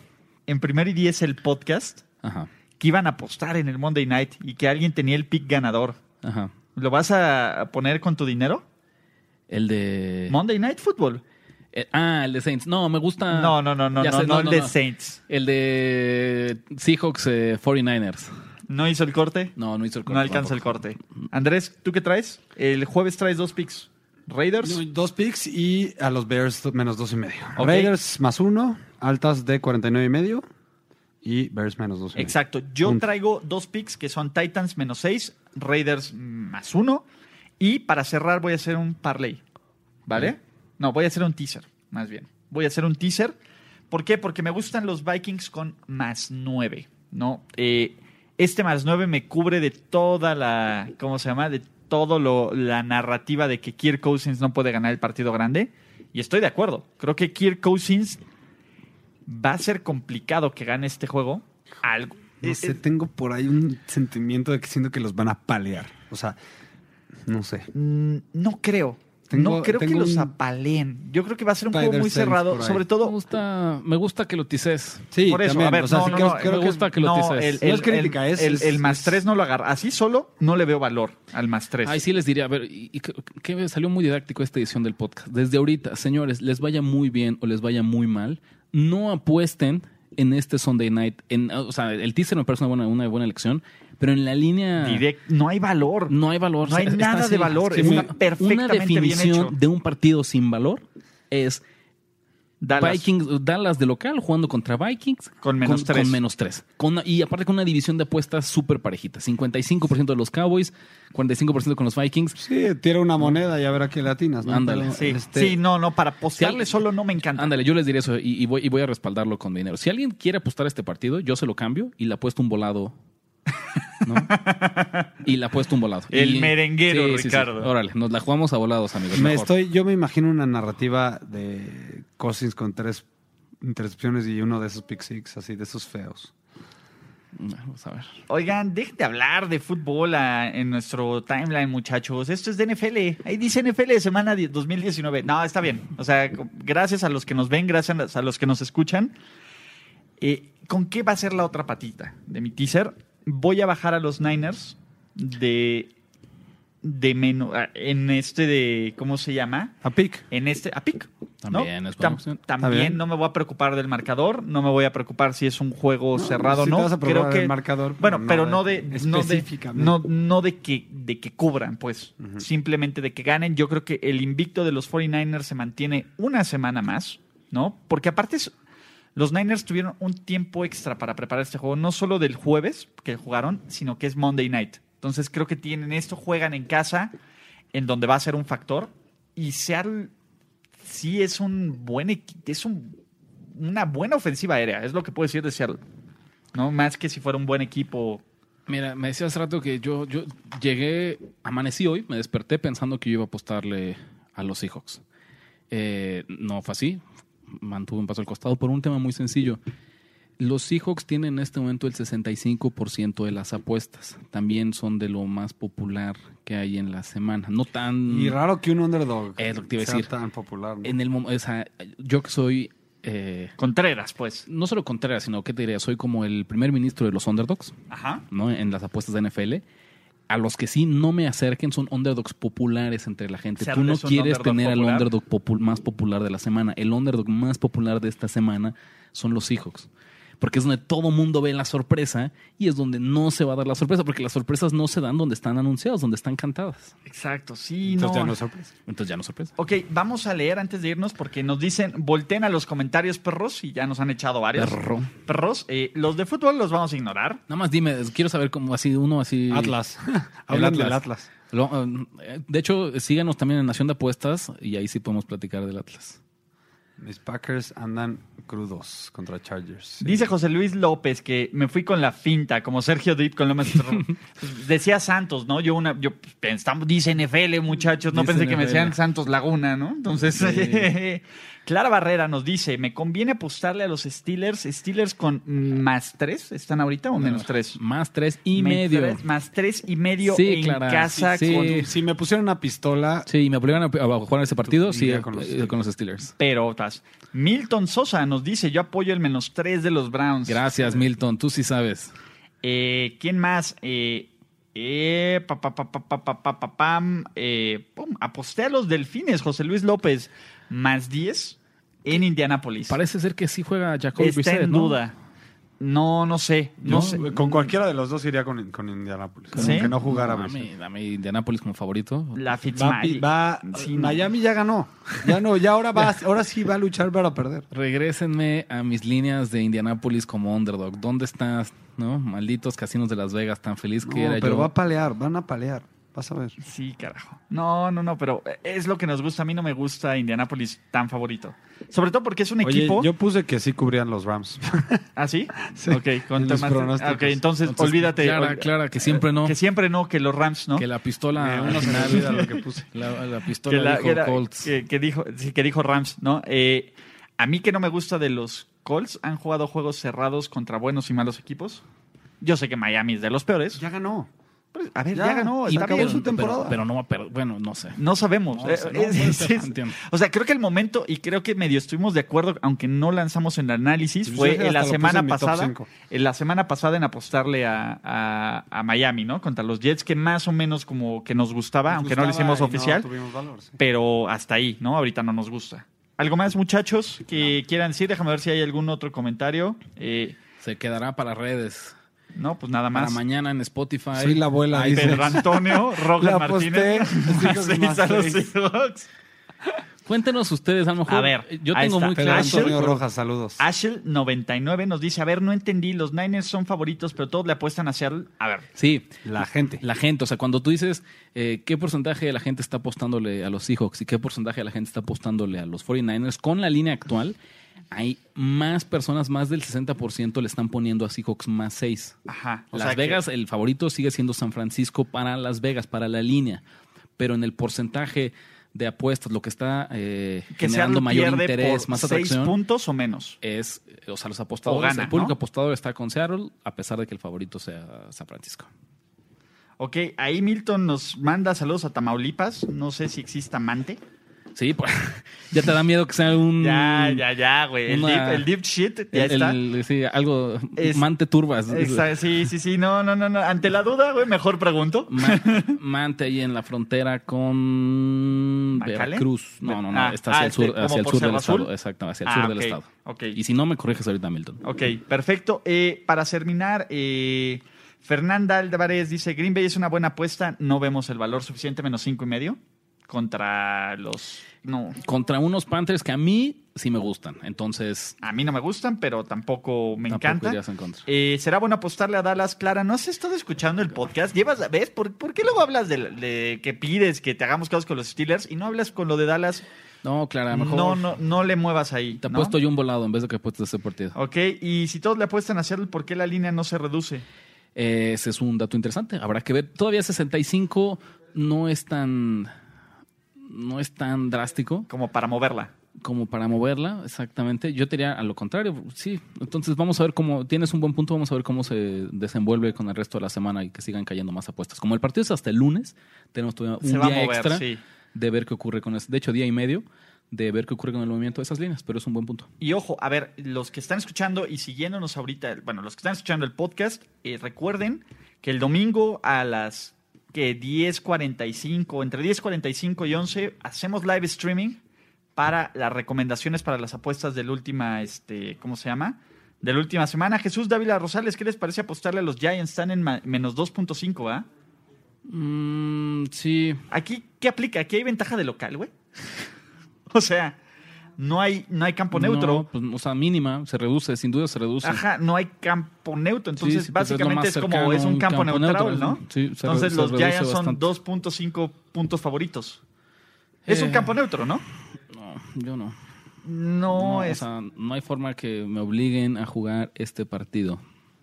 en primer y diez el podcast
Ajá.
que iban a apostar en el Monday Night y que alguien tenía el pick ganador?
Ajá.
¿Lo vas a poner con tu dinero?
El de
Monday Night Football.
Eh, ah, el de Saints. No, me gusta.
No, no, no, no,
Ah, Ya
no,
sé,
no, el de Saints.
El de Seahawks eh, 49ers.
¿No hizo el corte?
No, no hizo el corte.
No alcanza el
tampoco.
corte. Andrés, ¿tú qué traes? El jueves traes dos picks. Raiders.
Dos picks y a los Bears do- menos dos y medio.
Ok.
Raiders más uno, altas de 49 y medio y Bears menos dos y medio.
Exacto. Yo
Punto.
traigo dos picks que son Titans menos 6, Raiders más 1. Y para cerrar voy a hacer un parlay. ¿Vale? No, voy a hacer un teaser, más bien. Voy a hacer un teaser. ¿Por qué? Porque me gustan los Vikings con más 9. ¿no? Eh, este más 9 me cubre de toda la. ¿Cómo se llama? De todo lo, la narrativa de que Kirk Cousins no puede ganar el partido grande. Y estoy de acuerdo. Creo que Kirk Cousins va a ser complicado que gane este juego. Algo.
No
Eh,
sé,
eh,
tengo por ahí un sentimiento de que siento que los van a palear. O sea, no sé.
mm, no creo.
Tengo-
no creo que
tengo
los
un-
apaleen. Yo creo que va a ser un juego
Spider
muy
Sense
cerrado.
por ahí.
Sobre
Me
todo,
gusta, me gusta que lo tices.
Sí,
por eso,
también,
a ver,
o sea,
no,
sí
no,
creo-
no,
creo
me
que-
gusta que lo no,
tices.
el-
No es
el-
crítica,
el-
es-
el,
es-
el más 3 no lo agarra. Así solo no le veo valor al más 3.
Ahí sí les diría, a ver, y, y que- que salió muy didáctico esta edición del podcast. Desde ahorita, señores, les vaya muy bien o les vaya muy mal, no apuesten en este Sunday Night. En, o sea, el teaser me parece una buena, una buena elección, pero en la línea
no hay valor.
no hay valor.
No hay
Está
nada de
así.
valor,
Es que
está
me-
perfectamente
Una
bien
definición
hecho.
de un partido sin valor es
Dallas.
Vikings, Dallas de local jugando contra Vikings
Con menos tres.
Con menos tres. Con una- y aparte con una división de apuestas súper parejita. 55% de los Cowboys, 45% con los Vikings.
Sí, tira una moneda y a ver a qué latinas. ¿no?
Ándale.
Pero,
Sí,
este,
sí, no, no, para postearle
si al-
solo no me encanta.
Ándale, yo les diré eso y, y voy, y voy a respaldarlo con dinero. Si alguien quiere apostar a este partido, yo se lo cambio y le apuesto un volado. ¿no? y le apuesto un volado.
El
Y-
merenguero, Ricardo.
Órale, nos la jugamos a volados, amigos.
Me
mejor.
estoy, yo me imagino una narrativa de Cousins con tres intercepciones y uno de esos pick six, así de esos feos.
Vamos a ver.
Oigan, dejen de hablar de fútbol ah, en nuestro timeline, muchachos. Esto es de NFL. Ahí dice NFL, semana di- 2019. No, está bien. O sea, co- gracias a los que nos ven, gracias a los- a los que nos escuchan. Eh, ¿Con qué va a ser la otra patita de mi teaser? Voy a bajar a los Niners de, de menos. En este de. ¿Cómo se llama?
A pick.
en este a pick.
También
¿no?
es buena
Tam-
opción.
También
bien.
no me voy a preocupar del marcador, no me voy a preocupar si es un juego cerrado o
sí
no.
te vas a
Creo
preocupar
que
del marcador,
Bueno, pero
pero
no
no
de
de-
no de
específicamente.
no, no de que de que cubran, pues, simplemente de que ganen. Yo creo que el invicto de los 49ers se mantiene una semana más, ¿no? Porque aparte es- los Niners tuvieron un tiempo extra para preparar este juego, no solo del jueves que jugaron, sino que es Monday Night. Entonces creo que tienen esto, juegan en casa, en donde va a ser un factor. Y Seattle sí es un buen equi- es un- una buena ofensiva aérea, es lo que puedo decir de Seattle. No más que si fuera un buen equipo.
Mira, me decía hace rato que yo, yo llegué, amanecí hoy, me desperté pensando que yo iba a apostarle a los Seahawks. Eh, no fue así, mantuve un paso al costado por un tema muy sencillo. Los Seahawks tienen en este momento el 65% de las apuestas. También son de lo más popular que hay en la semana. No tan...
Y raro que un underdog
Mm. Es lo que te iba a
sea
decir.
tan popular. ¿no?
En el, mom- o sea, yo que soy... eh,
Contreras, pues.
no solo contraria, sino que te diría, soy como el primer ministro de los underdogs.
Ajá.
¿no? en las apuestas de NFL. A los que sí no me acerquen son underdogs populares entre la gente.
Seattle
Tú no
es un
quieres
underdog
tener
popular.
al underdog popu- más popular de la semana. El underdog más popular de esta semana son los Seahawks. Porque es donde todo mundo ve la sorpresa y es donde no se va a dar la sorpresa, porque las sorpresas no se dan donde están anunciadas, donde están cantadas.
Exacto, sí,
Entonces ya
no.
no es sorpresa.
Entonces ya no es sorpresa.
Ok, vamos a leer antes de irnos porque nos dicen, volteen a los comentarios, perros, y ya nos han echado varios.
Perro.
Perros, eh, los de fútbol los vamos a ignorar.
Nada más dime, quiero saber cómo así, uno así.
Atlas. Hablan del Atlas.
Lo- um, eh, de hecho, síganos también en Nación de Apuestas y ahí sí podemos platicar del Atlas.
Mis Packers andan crudos contra Chargers. Sí.
Dice José Luis López que me fui con la finta, como Sergio Dip con Lomas. Pues, Decía Santos, ¿no? Yo una, yo pues, pensamos, dice NFL, muchachos, no
Dice
pensé que me
NFL.
decían Santos Laguna, ¿no? Entonces,
Sí.
Clara Barrera nos dice, ¿me conviene apostarle a los Steelers? ¿Steelers con más tres? ¿Están ahorita o menos tres?
Más tres y
Más
medio.
tres- más tres y medio
Sí,
en
Clara,
casa
sí, sí.
con
Si me pusieran una pistola,
Sí, y me obligan a, a jugar ese partido, sí,
Iría
eh,
con los
eh, con los Steelers.
perotas. Milton Sosa nos dice, yo apoyo el menos tres de los Browns.
Gracias, Milton, tú sí sabes.
Eh, ¿Quién más? Eh, eh, pa, pa, pa, pa, pa, pa, pa, pa, pam, eh, pum, aposté a los delfines, José Luis López, más 10 en Indianápolis.
Parece ser que sí juega Jacob
Está en duda. No, no sé. No,
yo
sé.
eh, con cualquiera de los dos iría con, con Indianapolis.
¿Sí?
Aunque no jugara. Brissett.
Dame, dame Indianapolis como favorito.
La
Va,
Fitzmagic.
va-
Sí, no.
Miami ya ganó. Ya no, ya ahora va, ahora sí va a luchar para perder.
Regrésenme a mis líneas de Indianapolis como underdog. ¿Dónde estás? ¿No? Malditos casinos de Las Vegas, tan feliz que
No,
era
pero
yo.
va a palear, van a palear. Vas a ver.
Sí, carajo. No, no, no, pero es lo que nos gusta. A mí no me gusta Indianápolis tan favorito. Sobre todo porque es un equipo.
yo puse que sí cubrían los Rams.
¿Ah, sí?
Sí,
Ok,
en los
más-
pronósticos.
ok, entonces,
Entonces,
olvídate.
Clara,
ol-
Clara, que siempre no.
Que
Que,
siempre no, que los Rams, ¿no?
la
Eh,
pistola.
uno se
original-
me olvida lo que puse.
La, la pistola
que, la-
dijo
que la-
Colts.
que- que dijo, sí, que dijo Rams, ¿no? Eh, a mí que no me gusta de los Colts, han jugado juegos cerrados contra buenos y malos equipos. Yo sé que Miami es de los peores.
Ya ganó.
Pues, a ver,
Ya,
ya, ganó.
Y-
Está
pero-
bien.
su
Pero,
temporada.
pero no va a perder. Bueno, no sé.
No sabemos.
No, o sea,
Eh,
no,
es-
no,
es-
no, no
es-
entiendo.
o sea, creo que el momento, y creo que medio estuvimos de acuerdo, aunque no lanzamos el análisis,
Pues yo
fue
hasta
en la
lo puse
semana
en mi top
pasada.
cinco.
En la semana pasada en apostarle a, a- a Miami, ¿no? Contra los Jets, que más o menos como que nos gustaba, aunque no lo hicimos oficial, pero hasta ahí, ¿no? Ahorita no nos gusta. ¿Algo más, muchachos, que quieran decir? Déjame ver si hay algún otro comentario. Eh,
Se quedará para redes.
no, pues nada
Para
más.
mañana en Spotify.
Soy la abuela. dice.
Pedro Antonio, Roger
La
Martínez.
aposté,
más
Seahawks
seis a
más
los
seis.
Seahawks.
Cuéntenos ustedes, a lo mejor.
A ver,
eh, Yo
ahí
tengo
está.
muy
Pedro
claro.
Asher,
Antonio Rojas, saludos.
Ashel99 nos dice, a ver, no entendí, los Niners son favoritos, pero todos le apuestan a Seattle. A ver,
Sí,
La gente.
la gente. O sea, cuando tú dices eh, qué porcentaje de la gente está apostándole a los Seahawks y qué porcentaje de la gente está apostándole a los 49ers, con la línea actual, hay más personas, más del 60% le están poniendo a Seahawks más 6.
ajá. o
Las
sea que-
Vegas, el favorito sigue siendo San Francisco para Las Vegas, para la línea. Pero en el porcentaje de apuestas, lo que está eh,
que
generando
Seattle
mayor
pierde
interés,
por
más
seis
atracción,
puntos o menos.
es, eh, o sea, los apostadores,
O gana,
el público
¿no?
apostador está con Seattle, a pesar de que el favorito sea San Francisco.
Ok, ahí Milton nos manda saludos a Tamaulipas. No sé si existe amante.
Sí, pues ya te da miedo que sea un...
Ya, ya, ya, güey. El,
Mm. Una-
deep, el deep shit, ya
el-
está.
el- sí, algo...
Es-
mante turbas.
Exa- sí, sí, sí. No, no, no, no. Ante la duda, güey, mejor pregunto.
Ma- mante ahí en la frontera con
¿McAllen?
Veracruz. No, no, no.
Ah,
está hacia
ah,
el sur,
este, ¿como
hacia el
por
sur del
Cerro Azul?
estado. Exacto, hacia el
Ah,
sur del
ok,
estado.
ok.
Y si no, me corriges ahorita, Milton.
Ok, perfecto. Eh, para terminar, eh, Fernanda Álvarez dice, Green Bay es una buena apuesta, no vemos el valor suficiente, menos cinco y medio, contra los... No,
Contra unos Panthers que a mí sí me gustan. Entonces,
a mí no me gustan, pero tampoco me
Tampoco
encanta.
irías en contra.
Eh, Será bueno apostarle a Dallas Clara. ¿No has estado escuchando el podcast? Llevas, ¿Ves? ¿Por, por qué luego hablas de, de que pides que te hagamos casos con los Steelers y no hablas con lo de Dallas?
no, Clara, a lo mejor
No, no, no le muevas ahí.
te
¿no?
apuesto yo un volado en vez de que apuestes ese partido.
Ok, y si todos le apuestan a hacerlo, ¿por qué la línea no se reduce?
Eh, Ese es un dato interesante. Habrá que ver. Todavía 65 no es tan. No es tan drástico
Como para moverla.
como para moverla, exactamente. Yo te diría a lo contrario, sí. Entonces vamos a ver cómo, tienes un buen punto, vamos a ver cómo se desenvuelve con el resto de la semana y que sigan cayendo más apuestas. Como el partido es hasta el lunes, tenemos todavía un
Se va a
día
mover,
extra
sí.
de ver qué ocurre con eso. De hecho, día y medio de ver qué ocurre con el movimiento de esas líneas, pero es un buen punto.
Y ojo, a ver, los que están escuchando y siguiéndonos ahorita, bueno, los que están escuchando el podcast, eh, recuerden que el domingo a las que 10.45, entre 10.45 y 11, hacemos live streaming para las recomendaciones para las apuestas del última, este, ¿cómo se llama? De la última semana. Jesús Dávila Rosales, ¿qué les parece apostarle a los Giants? Están en ma- menos 2.5, ¿ah?
Mm, sí,
Aquí, ¿qué aplica? Aquí hay ventaja de local, güey. o sea, no hay, no hay campo neutro.
No, pues, o sea, mínima, se reduce, sin duda se reduce.
Ajá, no hay campo neutro. Entonces,
sí, pues es lo
básicamente
más
es, como
cercano
es
a
un
un
campo,
campo
neutral,
neutral,
¿no?
sí, se re-
Entonces,
se
los
reduce
Giants son
bastante.
2.5 puntos favoritos. Es un
Eh.
campo neutro, ¿no?
No, yo no.
No,
No, o
es.
sea, no hay forma que me obliguen a jugar este partido.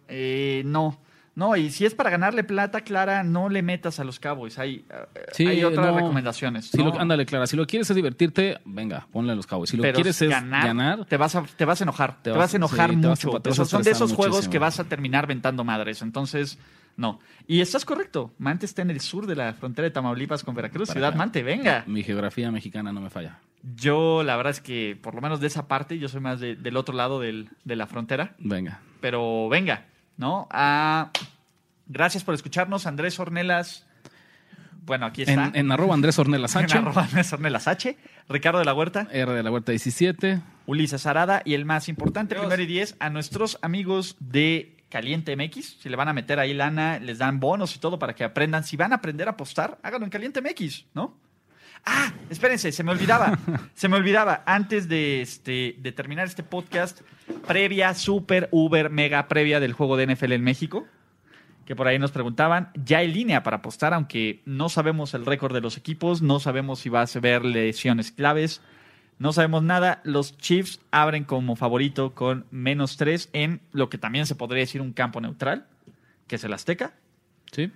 eh, no. No, y si es para ganarle plata, Clara, no le metas a los Cowboys. Hay, eh,
Sí,
hay otras
no.
recomendaciones.
Si lo-
¿no?
ándale, Clara, si lo quieres es divertirte, venga, ponle a los Cowboys. Si lo
Pero
quieres es ganar,
te vas a, te vas a enojar. Te, vas, a enojar
sí, te vas a-
mucho.
te vas a
Esos son de
estresar
esos juegos
muchísimo.
que vas a terminar ventando madres. Entonces, no. Y estás correcto. Mante está en el sur de la frontera de Tamaulipas con Veracruz.
Para
Ciudad
acá.
Mante, venga.
mi geografía mexicana no me falla.
Yo, la verdad es que, por lo menos de esa parte, yo soy más de- del otro lado del- de la frontera.
Venga.
Pero venga, ¿no? Ah, gracias por escucharnos, Andrés Ornelas. Bueno, aquí
En,
está.
en arroba Andrés Ornelas
En
H,
arroba Andrés Ornelas H. Ricardo de la Huerta.
R de la Huerta 17.
Ulises Arada y el más importante, primero y diez, a nuestros amigos de Caliente MX. Si le van a meter ahí lana, les dan bonos y todo para que aprendan. Si van a aprender a apostar, háganlo en Caliente MX, ¿no? Ah, espérense, se me olvidaba. se me olvidaba. Antes de, este, de terminar este podcast, previa, super, uber, mega previa del juego de NFL en México. Que por ahí nos preguntaban, ya hay línea para apostar, aunque no sabemos el récord de los equipos, no sabemos si va a haber lesiones claves. No sabemos nada. Los Chiefs abren como favorito con menos 3 en lo que también se podría decir un campo neutral, que es el Azteca.
Sí.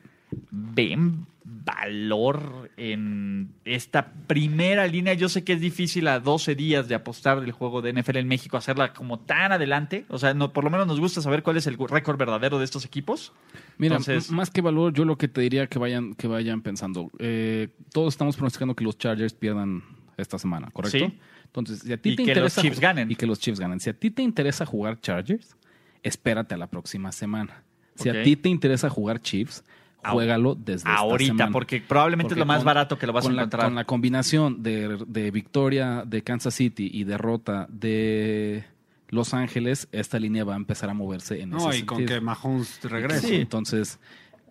Ven, va valor en esta primera línea. Yo sé que es difícil a 12 días de apostar del juego de NFL en México hacerla como tan adelante. O sea, no, por lo menos nos gusta saber cuál es el récord verdadero de estos equipos.
Mira,
Entonces-
m- más que valor, yo lo que te diría que vayan, que vayan pensando. eh, todos estamos pronosticando que los Chargers pierdan esta semana, ¿correcto?
Sí.
Entonces, si a ti
Y
te
que los
interesa
Chiefs
ju-
ganen.
Y que los Chiefs ganen. Si a ti te interesa jugar Chargers, espérate a la próxima semana. Si
Ok.
a ti te interesa jugar Chiefs,
Ahor-
juégalo desde esta
Ahorita,
semana.
porque probablemente es
Porque
lo más
con-
barato que lo vas a
con la-
encontrar.
con la combinación de, de victoria de Kansas City y derrota de Los Ángeles, esta línea va a empezar a moverse en
No,
ese
y con
sentido.
que Mahomes regrese.
Sí, entonces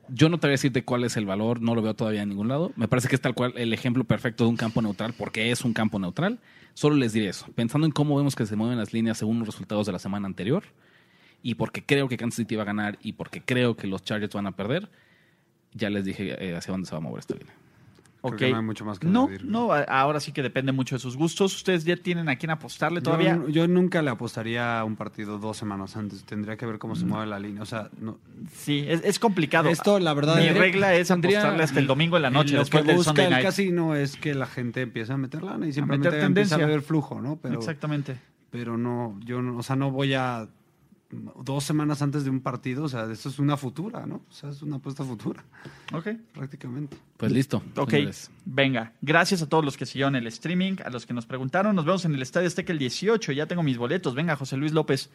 yo no te voy a decirte cuál es el valor, no lo veo todavía en ningún lado. Me parece que es tal cual el ejemplo perfecto de un campo neutral, porque es un campo neutral. Solo les diré eso, pensando en cómo vemos que se mueven las líneas según los resultados de la semana anterior, y porque creo que Kansas City va a ganar, y porque creo que los Chargers van a perder, ya les dije eh, hacia dónde se va a mover esta línea.
Creo
Ok.
que no hay mucho más que
no,
añadir.
no, a- ahora sí que depende mucho de sus gustos. Ustedes ya tienen a quién apostarle todavía.
Yo, yo nunca le apostaría a un partido dos semanas antes. Tendría que ver cómo
Mm.
se mueve la línea. O sea, no,
Sí, es, es complicado.
Esto, la verdad,
Mi
Andrea-
regla es
Andrea-
apostarle hasta el domingo en la noche,
lo
después
que
del
busca
Sunday
el
night.
casino es que la gente empiece a meter lana y simplemente
meter
empieza
tendencia.
a ver flujo, ¿no? Pero,
Exactamente.
pero no, yo no, o sea, no voy a dos semanas antes de un partido, o sea, esto es una futura, ¿no? O sea, es una apuesta futura,
Ok.
prácticamente.
Pues listo.
Ok,
señores.
venga. Gracias a todos los que siguieron el streaming, a los que nos preguntaron. Nos vemos en el Estadio Azteca el 18. Ya tengo mis boletos. Venga, José Luis López.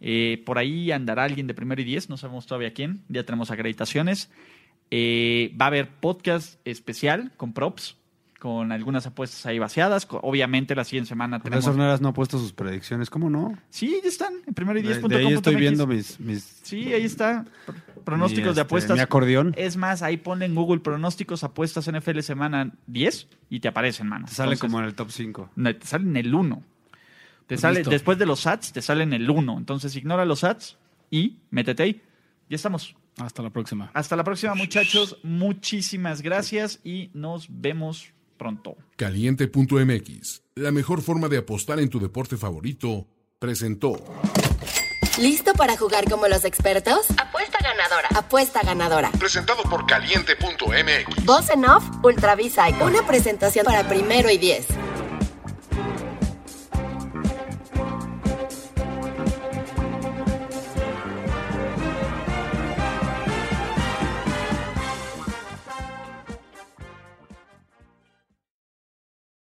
Eh, por ahí andará alguien de primero y 10. No sabemos todavía quién. Ya tenemos acreditaciones. Eh, va a haber podcast especial con props, con algunas apuestas ahí vaciadas. Co- Obviamente la siguiente semana tenemos...
Profesor Neras no ha puesto sus predicciones, ¿cómo no?
Sí, ya están. En primero y
De, de ahí estoy
10.com.mx.
viendo mis, mis
Sí, ahí está. Pr- Pronósticos
mi,
de
este,
apuestas. Eh,
Mi acordeón.
Es más, ahí ponle en Google pronósticos apuestas NFL semana 10 y te aparecen, mano.
Te sale
Entonces,
como Pues en el top 5.
no, te sale en el 1. Te sale,
Pues listo.
después de los ads, te sale en el 1. Entonces ignora los ads y métete ahí. Ya estamos.
Hasta la próxima.
Hasta la próxima, muchachos. Muchísimas gracias y nos vemos pronto.
Caliente.mx, la mejor forma de apostar en tu deporte favorito, presentó.
¿Listo para jugar como los expertos? Apuesta ganadora. Apuesta ganadora.
Presentado por Caliente.mx.
Voz en off, Ultravisa. Una presentación para primero y diez.